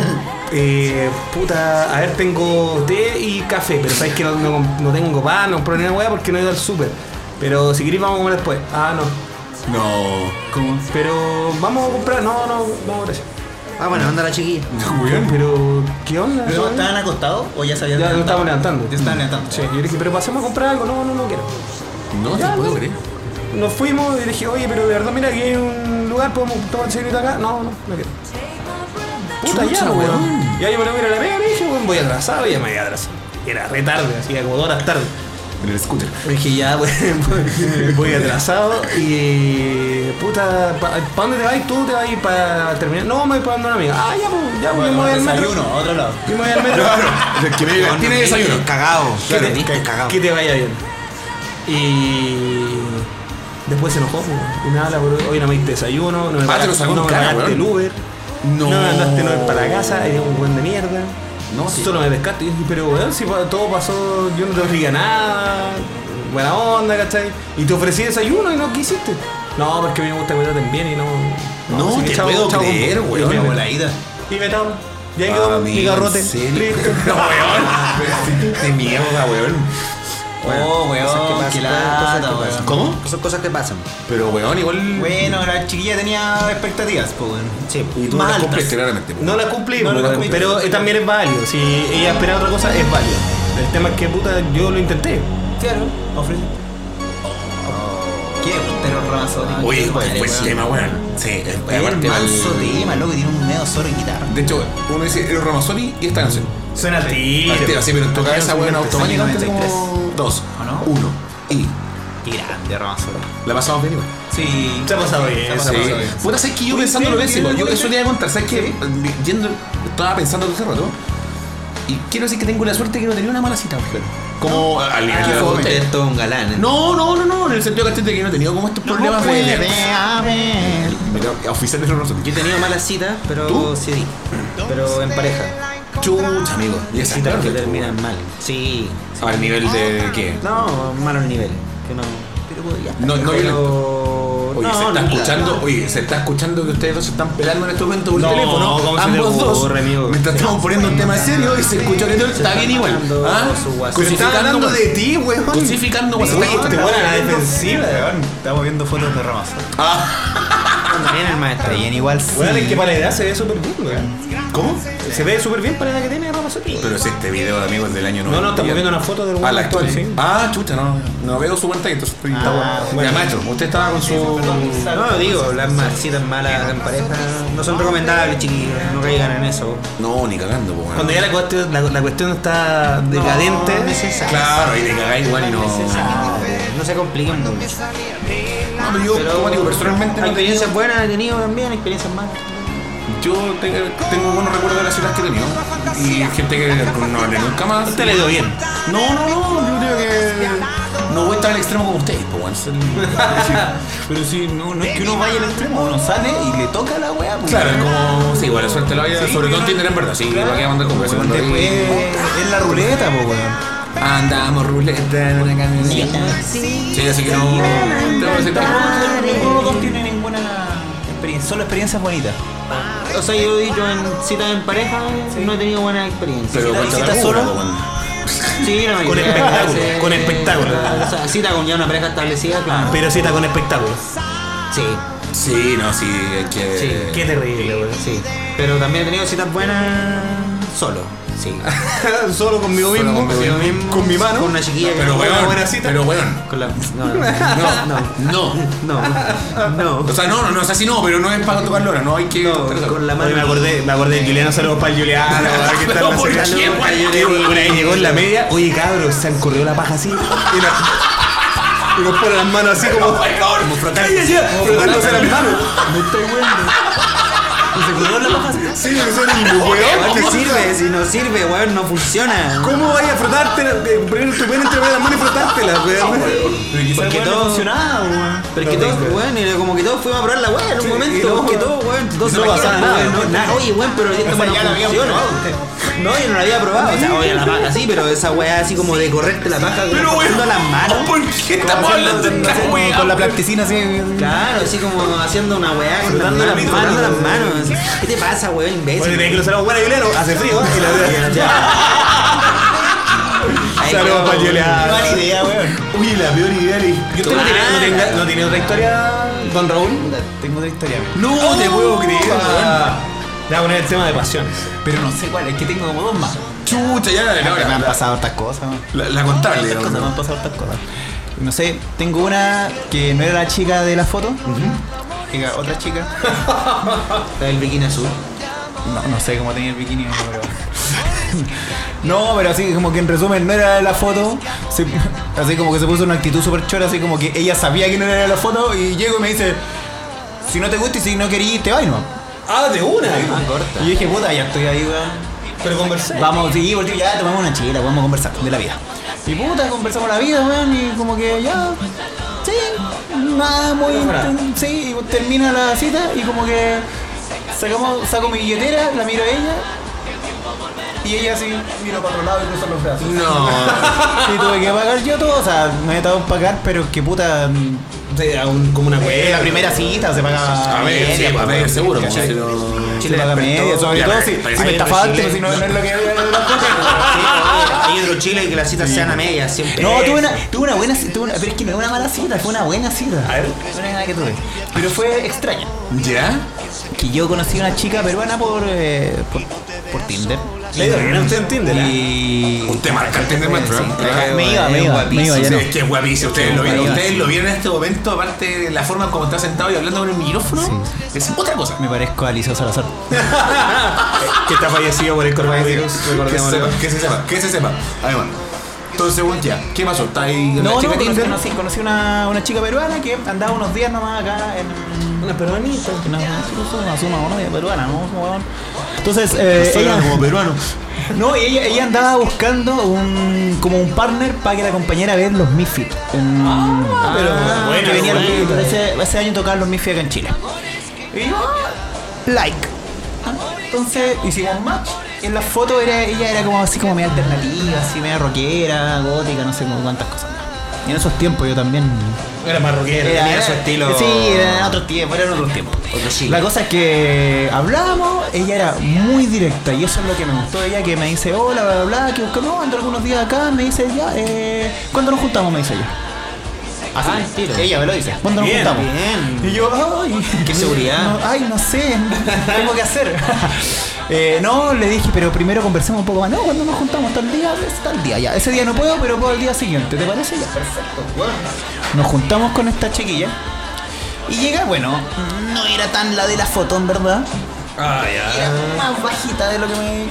eh, puta, a ver, tengo té y café, pero sabes que no, no- no tengo pan, no compré nada, porque no he ido al súper. Pero si queréis vamos a comer después. Ah, no. No. ¿Cómo? Pero vamos a comprar. No, no, no, gracias. Ah, bueno, anda la chiquilla. Weón. Pero, ¿qué onda? ¿Pero estaban acostados o ya sabían? Ya lo estaban levantando. Ya estaban levantando. Sí, yo le dije, pero pasemos a comprar algo. No, no, no quiero. No, te puedo creer. Nos fuimos y le dije, oye, pero de verdad, mira, aquí hay un lugar, podemos tomar un cigarrito acá. No, no, no quiero. Puta, ya, Chucha, weón. weón. Y ahí me lo miro a la pega y le dije, weón, voy atrasado y ya me había atrasado. Era re tarde, así como dos horas tarde. En el scooter. Le dije, ya, weón, voy- voy atrasado y. Puta, ¿para dónde te vas? ¿Tú te vas a ir para terminar? No, me voy para donde una amiga. Ah, ya, pues, ya, pues, yo me voy al metro. Desayuno, otro lado. Yo me voy al metro. El que me diga, tiene desayuno. Cagado. Claro, Tenés que- cagado. Que te vaya bien. Y después se enojó, pues, y me habla, bro, hoy no me diste desayuno, no me Ah, te lo pagaste, sacó en no me cara, pagaste weón. el Uber, no, No. me mandaste el Uber para la casa, eres un buen de mierda. No, sí. Solo me pescaste, y yo dije, pero weón, si pa- todo pasó, yo no te ofrecía nada, buena onda, ¿cachai? Y te ofrecí desayuno y no, ¿qué hiciste? No, porque a mí me gusta que me traten bien y no. No, así que te puedo con- creer, y weón. me- Como la ida. Y me tabo. Y ahí quedó mi Amigo, garrote. ¿en serio? Listo. No, weón. De mierda, weón. Oh, weón, cosas qué que pasan, cosas lata, que weón. pasan. ¿Cómo? Son cosas que pasan. Pero, weón, igual. Bueno, la chiquilla tenía expectativas, pues, weón. Sí. Y tú no más las altas. cumples, claramente. pues, po. No la cumplí, No la pero- cumplí. pero eh, también es válido. Si ella esperaba otra cosa, es válido. El tema es que puta, yo lo intenté. Claro, ofrece. Qué bustero Ramazotti. Oye, Qué fue padre, el weón. tema, weón. Sí, el Weón, aparte manso el- tema, loco, tiene un medio solo de guitarra. De hecho, uno dice el Ramazzotti y esta canción. Suena al tiro. Al tiro, así, pero en tu Al tiro cabeza, weón, suena automáticamente 93. como. Dos, ¿O no? uno, y. Qué grande Ramazotti. La pasamos bien, igual. Sí. Se ha pasado bien, Se ha se pasado ha Sí. pasado bien. Puta, sabes que yo Oye, pensando lo sí, pésimo, porque- yo eso le iba a contar, sabes que yendo, estaba pensando todo ese rato y quiero decir que tengo la suerte que no tenía una mala cita, weón. Como al nivel que fue usted. Eres todo un galán. No, no, no, no, en el sentido que de que no he tenido como estos problemas de. Mira, Oficial de Ramazzotti. Yo he tenido malas citas, pero ¿Tú? sí di. Pero en pareja. Chucha, amigo. Y esa Citas que tarde. terminan mal. Sí. Al nivel de qué? No, malos niveles. Que no. Pero ya está. No, no violento. Pero- Oye, se no, está nada. escuchando, oye, se está escuchando que ustedes dos se están pelando en este momento por No, el teléfono. ¿cómo se te ambos dos. ocurre, amigo? Mientras estamos poniendo un tema serio y se escucha que todo está bien igual. ¿Ah? Su guasón. Crucificando- ti, weón. Crucificando WhatsApp. Te ponen este a la defensiva. Weón, Estamos viendo fotos de Ramazotti. Ah, Cuando viene el maestro. Bien, igual sí. Weón, es que para la edad se ve súper bien, weón. ¿Cómo? Se ve súper bien para la edad que tiene Ramazotti. Pero si este video de amigos del año 90. No, no, estamos viendo una foto del Ah, weón la actual. sí. Ah, chucha, no. No veo su pantalla, entonces estoy. Está bueno. Mira, maestro, usted estaba con su. No, digo, las ma- citas malas en pareja no son recomendables, chiquillos. No caigan en eso. No, ni cagando, pues. Cuando ya la cuestión, la, la cuestión está decadente. Claro, y te cagáis igual y no. No se compliquen mucho. No, pero yo, como digo, personalmente. no he tenido- Experiencias buenas he tenido también, experiencias malas. Yo te- tengo buenos recuerdos de las ciudades que he tenido y gente que no hablé nunca más. Te le dio bien. No, no, no, yo creo que no voy tan al extremo como ustedes, po, weón. Es el- Pero si no, no es que uno vaya al extremo, uno sale y le toca a la weá. pues. Claro, es como, sí, bueno, suerte la vida, sobre todo en Tinder en verdad, sí, ¿para qué mandar con eso? Después es la ruleta, pues weón. Andamos ruleta en una camioneta. Sí, así que no. Tengo que aceptar. Ninguno de los dos tiene ninguna experiencia, solo experiencias bonitas. O sea, yo he dicho en citas en pareja no he tenido buena experiencia. Pero cuenta ¿Estás la solo? pura, po, weón. Sí, la Con mayoría de las espectáculo, veces- con espectáculo. Ah, O sea, cita con ya una pareja establecida, claro. Pero sí está con espectáculo. Sí, Sí, no, sí, es que. Sí, Qué terrible, weón. sí. Pero también he tenido citas buenas solo. Sí. Solo conmigo Solo mismo, conmigo mismo. con mi mano. Con una chiquilla que Pero no- weón, buena cita. pero weón, con la- No, no, no. no. No, no. O sea, no, no, no, o sea, sí, no, pero no es para tocar lora, no hay que. no, Con la Oye, me mano. acordé, me acordé de Juliano, saludos para el Juliano, weón, Ah, que está en la ¿por secretaria. qué, weón? Que Una vez llegó en la media, oye cabros, se han corrido la paja así. Y nos- y nos pone las manos así como. como frotando- como frotándose las manos. ¿Y se cubrió la paja? Pues Sí, me suena el weón. ¿Qué sirve? si no sirve, weón, no funciona. ¿Cómo vaya a frotártela? Eh, Poner tu pene entre las manos y frotártela, weón. Pero quizás Porque el weón no todo- funcionaba, weón. Pero es que todos, weón, era como que todos fuimos a probar la weá en un momento, como que todos, weón, todos se no la pasaba quedan, nada, weón, no, no, nada. Oye, weón, pero esto Esa no ya la habíamos funciona. No, yo no la había probado, o sea, oye, la paja sí, pero esa weá así como de correrte la paja, Pero, como weón, pasando las manos. ¿Por qué estamos hablando de esta Como weá? con la plasticina así. Claro, así como haciendo una weá, cortando las manos, cortando las manos. ¿Qué te pasa, weón, Bueno, imbécil? tenés que cruzar a un buen aguilero, hace frío, ¿eh? Y la verdad. Ay, Saludos qué- para Julián. Mala idea, weón. Uy, la peor idea. le- ¿Y usted no tiene, no, tenga- no tiene otra historia, don Raúl? Tengo otra historia. No ¡Oh! te puedo creer. Le voy a poner el tema de pasiones. Pero no sé cuál, es que tengo como dos más. Chucha, ya, no, Me han la, pasado hartas cosas. ¿no? la, la contable. Estas ¿no? cosas, me han pasado hartas cosas. No sé, tengo una que no era la chica de la foto. Era otra chica. La del bikini azul. No, no sé cómo tenía el bikini, no, pero. No, pero así como que en resumen no era la foto. se- así como que se puso una actitud súper chora, así como que ella sabía que no era la foto y llego y me dice, si no te gusta y si no querís, te vas nomás". Ah, de una. Y yo dije, puta, ya estoy ahí, weón. Pero conversé. Vamos, sí, porque ya tomamos una chela, vamos a conversar de la vida. Y puta, conversamos la vida, weón, y como que ya. Sí, nada muy. inten- Sí, y termina la cita y como que. Sacamos, saco mi billetera, la miro a ella. Y ella así, miro para otro lado y cruza los brazos. No. Y tuve que pagar yo todo, o sea, me he estado pagar, pero que puta. mm, Sí, a un- como una En la hueá. primera cita se paga. A ver, sí, a ver, seguro. pues, si no- Se paga media, sobre Ya, todo pero- si, pero si me ahí estafaste, si no, no es lo que. Hay otro chile que las citas sean a medias siempre. No, tuve una, tuve una buena cita, pero es que no es una mala cita, fue una buena cita. A ver. que tuve. Pero fue extraña. ¿Ya? Que yo conocí a una chica peruana por, eh, por, por Tinder. Le digo, ¿no? Usted en Tinder, ¿eh? Y... Usted marca el Tinder Metro. ¿eh? Me iba, me iba, me iba, ya Sí, no. es que es guapísimo. Ustedes lo vieron. Guapísimo. Ustedes lo vieron en este momento. Aparte de la forma como está sentado y hablando con el micrófono, es otra cosa. Me parezco a Alicia Salazar. Que está fallecido por el coronavirus. Que se, recordémoslo. sepa, que se sepa, que se sepa. Además. Entonces, bueno, ya, ¿qué pasó? ¿Está ahí la No, no, chica conocí, Tinder? conocí, conocí una, una chica peruana que andaba unos días nomás acá en... Una peruanita. No, no, no, no, no, no, no, peruana, no, no. Entonces, eh, ella... como peruano. No, y ella, ella andaba buscando un, como un partner para que la acompañara a ver los Misfits. En- Ah, Ah, pero que buena, venían- buena. Ese, ese año tocaban los Misfits acá en Chile. Y yo, ah, like. Ah, Entonces hicimos match. Y en la foto era, ella era como así como media alternativa, así media rockera, gótica, no sé como cuántas cosas. Y en esos tiempos yo también. Era marroquero. Era, Tenía era- su estilo. Sí, era en otros tiempos, era en otros tiempos. Otro chile. La cosa es que hablábamos, ella era muy directa y eso es lo que me gustó de ella, que me dice, hola, bla, bla, bla, que buscamos, ando algunos días acá, me dice, ya, eh, ¿cuándo nos juntamos? Me dice ella. Así, Ah, ella me lo dice. ¿Cuándo Bien, nos juntamos? Y yo, ay, Qué seguridad. no, ay, no sé, tengo que hacer. Eh, no, le dije, pero primero conversemos un poco más. No, cuando nos juntamos tal día, es tal día ya. Ese día no puedo, pero puedo el día siguiente. ¿Te parece? Ya, perfecto. bueno. Nos juntamos con esta chiquilla. Y llega, bueno, no era tan la de la foto, en verdad. Ah, Era ya. más bajita de lo que me.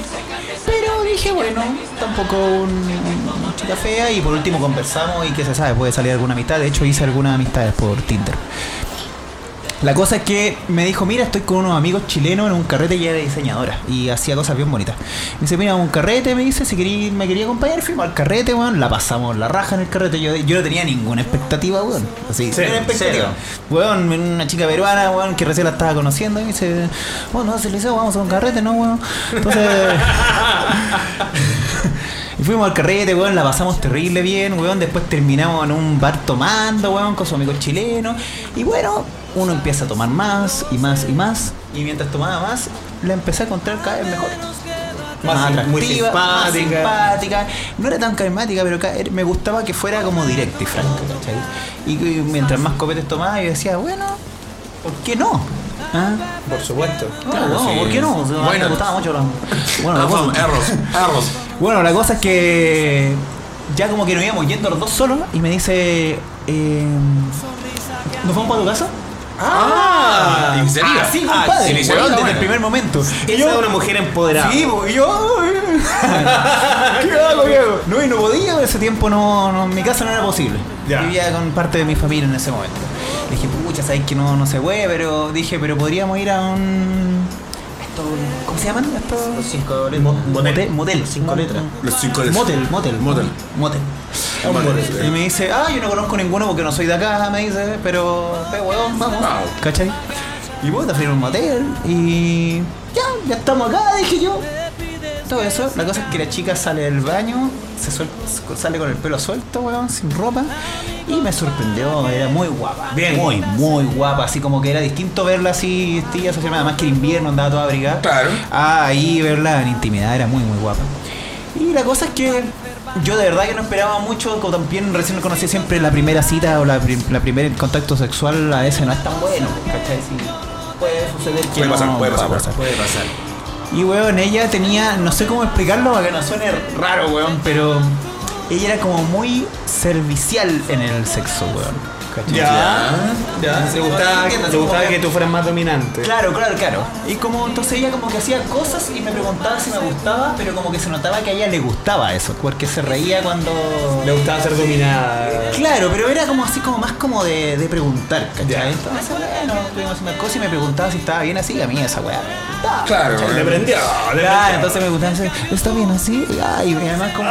Pero dije, bueno, tampoco un, un- una chica fea. Y por último conversamos y que se sabe, puede salir alguna amistad. De hecho, hice algunas amistades por Tinder. La cosa es que me dijo, mira, estoy con unos amigos chilenos en un carrete y ella era diseñadora y hacía cosas bien bonitas. Me dice, mira, un carrete, me dice, si querí, me quería acompañar, fuimos al carrete, weón, la pasamos la raja en el carrete. Yo, yo no tenía ninguna expectativa, weón. Así, Cero, cero, expectativa. Weón, una chica peruana, weón, que recién la estaba conociendo y me dice, bueno, no, se le hizo, vamos a un carrete, ¿no, weón? Entonces... Y fuimos al carrete, weón, la pasamos terrible bien, weón. Después terminamos en un bar tomando, weón, con su amigo chileno. Y bueno, uno empieza a tomar más y más y más. Y mientras tomaba más, la empecé a encontrar cada vez mejor. Más, sim- muy atractiva, más simpática. simpática. No era tan carismática, pero ca- me gustaba que fuera como directa y franca, ¿cachai? Y, y mientras más copetes tomaba, yo decía, bueno, ¿por qué no? ¿Ah? Por supuesto. No, no, ¿por qué no? O sea, Bueno. me gustaba mucho la- Bueno, la Ah, cosa- son erros, erros. bueno, la cosa es que ya como que nos íbamos yendo los dos solos y me dice, eh, ¿nos vamos para tu casa? Ah, Ah, iniciativa. sí, Ah, compadre. iniciativa, weón, desde está el buena. primer momento. Y Ella es una mujer empoderada. Sí, po, y yo. eh. ¿Qué hago, qué hago? No, y no podía, ese tiempo no, no- en mi casa no era posible. Ya. Vivía con parte de mi familia en ese momento. Le dije, pucha, sabes que no, no se puede, pero dije, pero podríamos ir a un. estos. ¿Cómo se llaman? Estos. Los cinco letras. Motel. Motel. Cinco letras. Los cinco letras. Motel, motel. Motel. Motel. Un Un motel, motel. Y me dice, ah, yo no conozco ninguno porque no soy de acá, me dice, pero, pe huevón, vamos. ¿Cachai? Y puta, fui a un motel y ya, ya estamos acá, dije yo. Todo eso, la cosa es que la chica sale del baño, se suel- sale con el pelo suelto, weón, sin ropa, y me sorprendió, era muy guapa. Bien. Muy, muy guapa, así como que era distinto verla así, tía, social, además que era invierno, andaba toda abrigada. Claro. Ah, ahí verla en intimidad era muy, muy guapa. Y la cosa es que yo de verdad que no esperaba mucho, como también recién conocí siempre la primera cita o la, prim- la primer contacto sexual a veces no es tan bueno, ¿cachai? Sí, puede suceder que Puede no- pasar, puede pasar, va a puede pasar. Puede pasar. y weón, ella tenía, no sé cómo explicarlo para que no suene raro, weón, pero ella era como muy servicial en el sexo, weón. ¿cachai? Ya, ya. Le gustaba, le gustaba que tú fueras más dominante. Claro, claro, claro. Y como entonces ella como que hacía cosas y me preguntaba si me gustaba, pero como que se notaba que a ella le gustaba eso, porque se reía cuando. Le gustaba ser dominada. Claro, pero era como así como más como de, de preguntar, ¿cachai? Entonces, bueno, tuvimos una cosa y me preguntaba si estaba bien así, a mí esa weá. me gustaba. Claro, Le weón. prendió. le Claro, prendió. entonces me gustaba decir, está bien así, ay, y además como...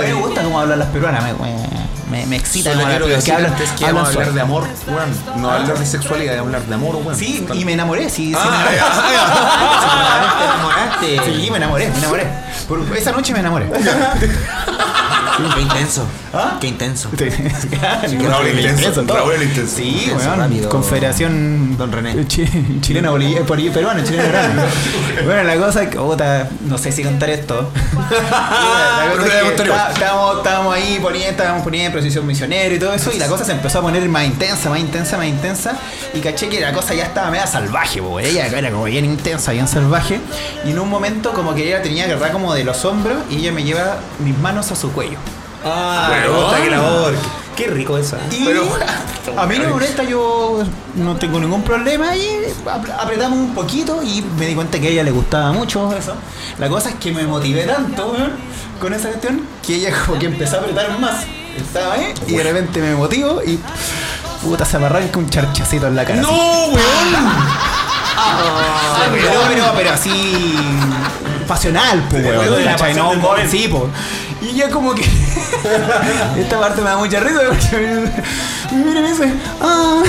Me gusta cómo hablan las peruanas, me, me, me, me excita Solo cómo hablan quiero las peruanas, decir hablan- antes que hablan vamos a hablar suave. Ah. de amor, weón. No hablar de sexualidad, de hablar de amor, weón. Sí, y me enamoré, sí, sí, me Ah, enamoré. ya, Te enamoraste. Sí, me enamoré, me enamoré. Por- esa noche me enamoré. Qué intenso. ¿Ah? Qué intenso. Raúl el intenso. Eso, todo. Raúl el intenso. Sí, Eso, weón. rápido. Confederación Don René. Chi- chilena boliviana, peruana, chilena peruana. bueno, la cosa es que, puta, no sé si contar esto. La Pero cosa te es voy que a contar está- igual. estábamos, estábamos ahí poniendo, estábamos poniendo en procesión misionero y todo eso, y la cosa se empezó a poner más intensa, más intensa, más intensa, y caché que la cosa ya estaba media salvaje, po, ella era como bien intensa, bien salvaje, y en un momento como que ella tenía que agarrar como de los hombros y ella me lleva mis manos a su cuello. Ah, me Weón. gusta que la ahorque. Qué rico esa. Y a mí no me molesta, yo no tengo ningún problema y ap- apretamos un poquito y me di cuenta que a ella le gustaba mucho eso. La cosa es que me motivé tanto weón, con esa cuestión que ella como que empezó a apretar más. Estaba ahí y de repente me motivo y puta se me arranca un charchacito en la cara. así. ¡No, weón! Ah, pero, pero, pero así pasional, pues, weón, weón, de la ¿cachai? pasión No, del momento. sí, po. Y yo como que esta parte me da mucha risa porque me mira y me dice, ah,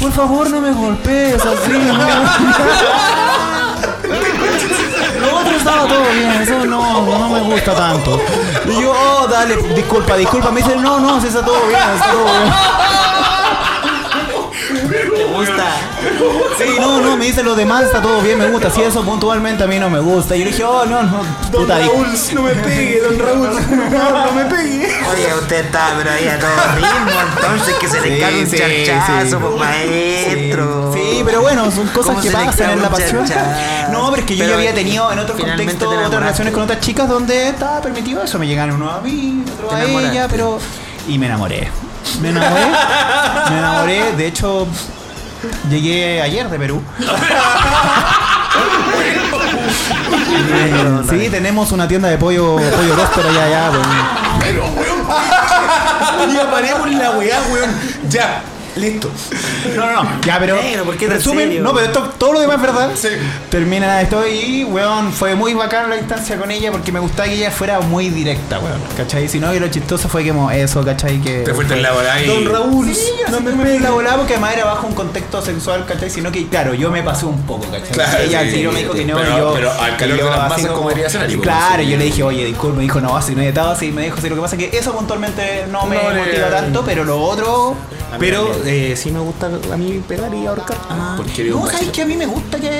por favor no me golpees así, no. Lo otro estaba todo bien, eso no, no me gusta tanto. Y yo, oh, dale, disculpa, disculpa. Me dice, no, no, si está todo bien, está todo bien. Sí, no, no, me dice los demás está todo bien, me gusta. Si eso puntualmente a mí no me gusta. Y yo le dije, oh, no, no. puta, di- no me pegue, don Raúl. No me pegue. Oye, usted está pero ahí a todo ritmo, entonces que se le Sí, cae un sí, charchazo, sí. pues maestro. Sí, pero bueno, son cosas ¿Cómo que se le pasan clava en un la pasión. chachá? No, pero es que yo Pero ya había es- tenido en otros finalmente contextos te otras enamoraste. relaciones con otras chicas donde estaba permitido eso. Me llegaron uno a mí, otro Te a enamoraste. ella, pero. Y me enamoré. Me enamoré. Me enamoré. De hecho, llegué ayer de Perú. Sí, tenemos una tienda de pollo, pollo roster allá, allá. pues. Ya paremos la weá, weón. Ya. Listo. No, no, no. Ya, pero. Negro, ¿por qué tan resumen, serio? no, pero esto- todo lo demás es verdad. Termina esto y, weón, fue muy bacán la instancia con ella porque me gustaba que ella fuera muy directa, weón. ¿Cachai? Si no, y lo chistoso fue que mo- eso, ¿cachai? Que. Te fuiste en la bola ahí. Don Raúl. Sí, no me pegues la volada porque además era bajo un contexto sexual, ¿cachai? Sino que, claro, yo me pasé un poco, ¿cachai? Claro, ella sí, al tiro me dijo sí, que no, pero- y yo. pero al y calor yo de las así masas como diría escenario, Claro, pues, yo sí. le dije, oye, disculpe, me dijo, no, así no he estado así, me dijo, sí, lo que pasa es que eso puntualmente no me No le- motiva tanto, pero lo otro. Pero eh, sí me gusta a mí pegar y ahorcar. Porque eres un No, sabes que a mí me gusta que.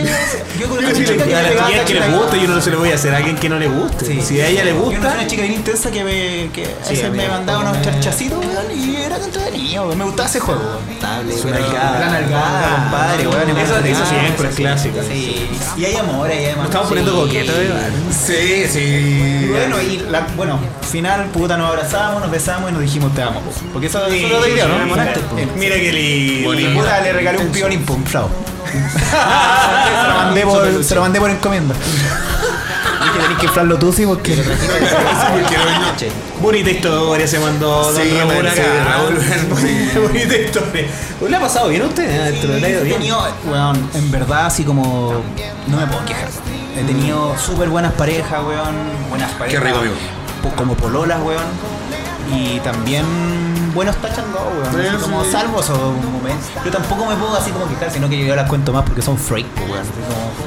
Yo conozco Yo una si le- chica que a me la pegaba chica que cachetadas. le gusta, yo no se lo voy a hacer a alguien que no le guste. Si a ella le Yo conocí gusta, una chica bien intensa que me, que a veces me mandaba unos charchacitos, weón, y era entretenido, weón. Me gustaba ese juego, weón. Estable, Una pero- nalgada, una nalgada, compadre, weón. Eso- emocionante. eso siempre es clásico. Sí. Y hay amor, hay amor. estamos poniendo eh. Sí. coquetos, ¿verdad? Sí, Y sí. bueno, y la, bueno, final, puta, nos abrazamos, nos besamos y nos dijimos te amo. po. Porque eso, eso es lo que creo, ¿no? Mira que lindo. Y puta, le regalé un violín, pum, chao. se, lo mandé por, se lo mandé por encomienda. que tenés que inflarlo tú, sí, porque. porque lo mismo- Bonita historia se mandó Don Sí, Raúl man, sí, acá. Raúl, sí. Bonita historia. ¿Le ha pasado bien a usted? eh? ¿Le ha ido bien? Weón, en verdad, así como. No me puedo quejar. He tenido súper buenas parejas, weón. Buenas parejas. rico, amigo. po- Como pololas, weón. Y también buenos tachandos, weón. así como salvos o momentos. Yo tampoco me puedo así como quejar, sino que yo ya las cuento más porque son freak, po, weón.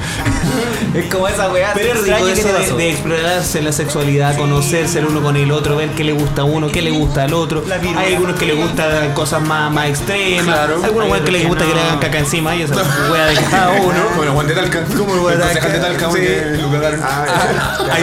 Así como- es como esa weá. Pero es rico extraña que eso te de, pasó. de explorarse la sexualidad, conocerse el uno con el otro, ver qué le gusta a uno, qué le gusta al otro. Hay algunos que le gustan cosas más, más extremas. Claro. Algunos weón, que les gusta que le hagan caca encima y esa wea de Ah, cada uno. Bueno, Juan de Talca. ¿Cómo lo El concejal de Talca, porque lo cagaron. Ah, Ah, Hay,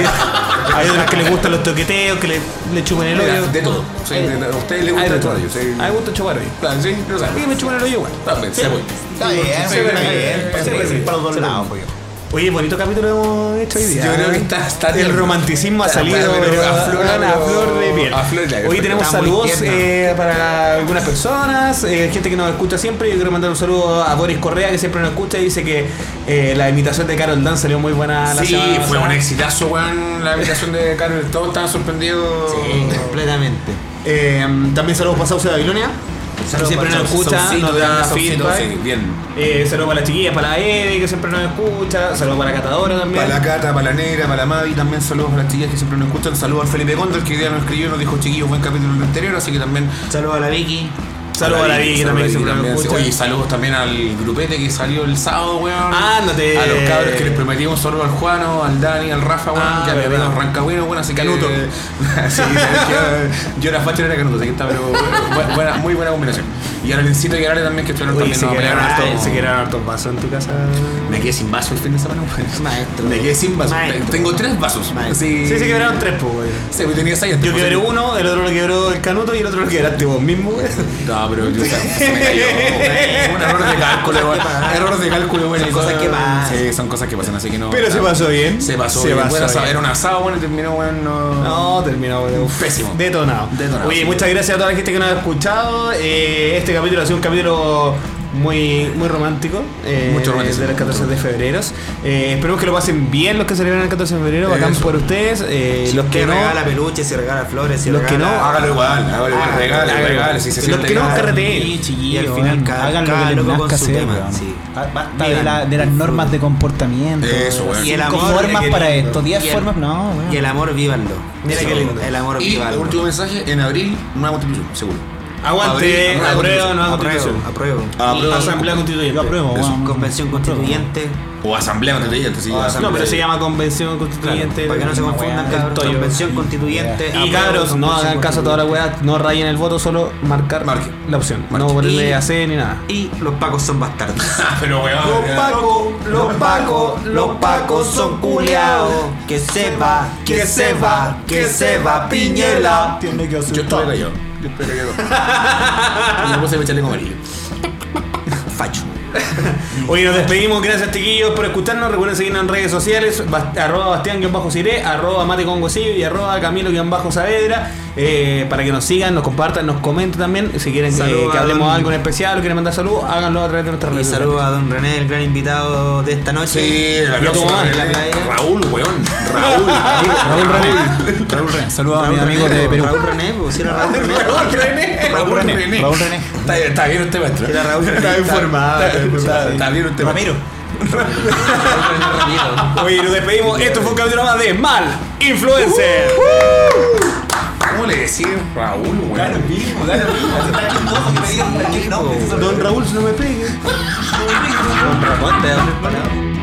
hay otros que les gustan los toqueteos, que le, le chupen el Mira, hoyo. De todo. Sí, de- de- A ustedes les gusta Eh, de todo. todo. yo sé. A mí me gusta chupar hoyo. Claro, sí, lo saben. Y me chupan el hoyo igual. También, se voy. Está bien, está bien. Sí, Para sí. los dos lados, weón. Oye, bonito capítulo hemos hecho hoy día. pues, ¿eh? Yo creo que está- está El tierno. romanticismo ha Está- salido pero- pero pero- a flor, a pero- flor de piel. a flor de piel. Hoy tenemos Está muy saludos tierno. eh, para algunas personas, eh, gente que nos escucha siempre. Yo quiero mandar un saludo a Boris Correa, que siempre nos escucha y dice que eh, la imitación de Carol Dan salió muy buena la semana Sí, fue pasada. un exitazo, weón, la habitación de Carol. Todos estaban sorprendidos. Completamente. Eh, Em, También saludos para Sauce de Babilonia. siempre nos escucha, Saucito, nos da grande, Saucito, feedback. sí, bien. Eh, saludos para la chiquilla, para la Eve, que siempre nos escucha. Saludos para la Catadora también. Para la Cata, para la Negra, para la Mavi, también saludos a las chicas que siempre nos escuchan. Saludos al Felipe Condor, que hoy día nos escribió y nos dijo chiquillos, buen capítulo en el anterior, así que también. Saludos a la Vicky. Saludos a la Vicky saludos a la también, que siempre nos también. escucha. Oye, saludos también al grupete que salió el sábado, weón. Ah, no te- A los cabros que les prometimos saludos al Juano, al Dani, al Rafa, weón, Ah, que a mi verdad. Eh, amigo Rancagüero, weón, así que. Canuto. sí, yo, yo era facho, era Canuto, así que está, pero bu- buena, muy buena combinación. Y al Lencito y a Arale también, que estuvieron Oye, también, se nos quedaron apoyaron harto. hartos- se quedaron hartos vasos en tu casa. Me quedé sin vaso el fin de semana, weón. Maestro. Me quedé sin vaso. Maestro. Tengo tres vasos. Sí, Sí, se quebraron tres, pues, güey. Sí, pues tenía seis. Yo entonces- quebré uno, el otro lo quebró el canuto y el otro lo quebraste vos mismo, güey. No, pero yo, o sea, se me cayó. güey. Un error de cálculo, güey. Error de cálculo, güey. Son cosas que pasan. Sí, son cosas que pasan, así que no. Pero se pasó bien. Se pasó. Se bien. pasó Bueno, bien. saber un asado, bueno, y terminó, güey, no. No, terminó, güey. Uf. Pésimo. Detonado. Detonado, Oye, sí. muchas gracias a toda la gente que nos ha escuchado. Eh, este capítulo ha sido un capítulo muy, muy romántico. eh, Mucho romanticismo, De los 14 mucho de febrero. Eh, esperemos que lo pasen bien los que celebran el 14 de febrero. Bacán Eso. por ustedes. Eh, los que Se no. regala peluches, se regala flores, se Los que regala- no, Hágalo igual, hágalo igual. Ah, Regalo, hágalo. regalo. Si se Los siente que no mal. carreteen. Sí, chiquillo, Y al final weón. cada- hagan cada lo que loco les con nazca su hacer, tema, weón. sí. Ah, Basta de, la- de las normas de comportamiento. Eso, weón. Y el Cinco amor, formas eh, para que- esto, diez y el- formas, no, weón. Y el amor, vívanlo. Mira qué lindo. El amor, Y el vívanlo. último mensaje, en abril, nueva constitución, seguro. Aguante, Abril, aprueba nueva Apruebo, constitución. apruebo. Apruebo. Asamblea constituyente. Yo apruebo, Eso, weón. pues, Convención constituyente. O asamblea constituyente, sí. No, pero asamblea. se llama convención constituyente. Para que no se Una confundan, weá, el cabros. toyo. Convención constituyente. Y apruebo, cabros, no convención hagan caso a toda la weá, no rayen el voto, solo marcar Marque. la opción. No Marque. ponerle Y- AC ni nada. Y los pacos son bastardos. Ah, Pero, weón. ya. pacos, los pacos, los pacos son culiados. Que se va, que se va, que se va Piñela. Tiene que Yo estoy callado. Yo estoy callado. Y me puse a echarle con amarillo. Facho. Hoy nos despedimos, gracias chiquillos por escucharnos. Recuerden seguirnos en redes sociales, bas- arroba bastián-siré, arroba mate con Gocillo y arroba camilo-saavedra. eh, para que nos sigan, nos compartan, nos comenten también. Si quieren eh, Saludos que a hablemos don- algo en especial o quieren mandar saludos, háganlo a través de nuestras Y redes saludo a don René, el gran invitado de esta noche. Sí, la Yo como próxima, antes. eh, Raúl, weón. Raúl. Raúl René. Raúl René. Saludos a mis amigos de Perú. Raúl René, pues si era Raúl René. Raúl René. Raúl René. Raúl René. Está bien, está bien usted, maestro. Era Raúl René. Está informado. está Está está bien usted. Ramiro. sociales. Hoy nos despedimos. Esto fue un capítulo más de Mal Influencer. ¿Cómo le decís Raúl, weón? mismo, da lo mismo. Está chistoso que me digan cualquier nombre. Don Raúl, no me pegue. Ponte, hombre, para.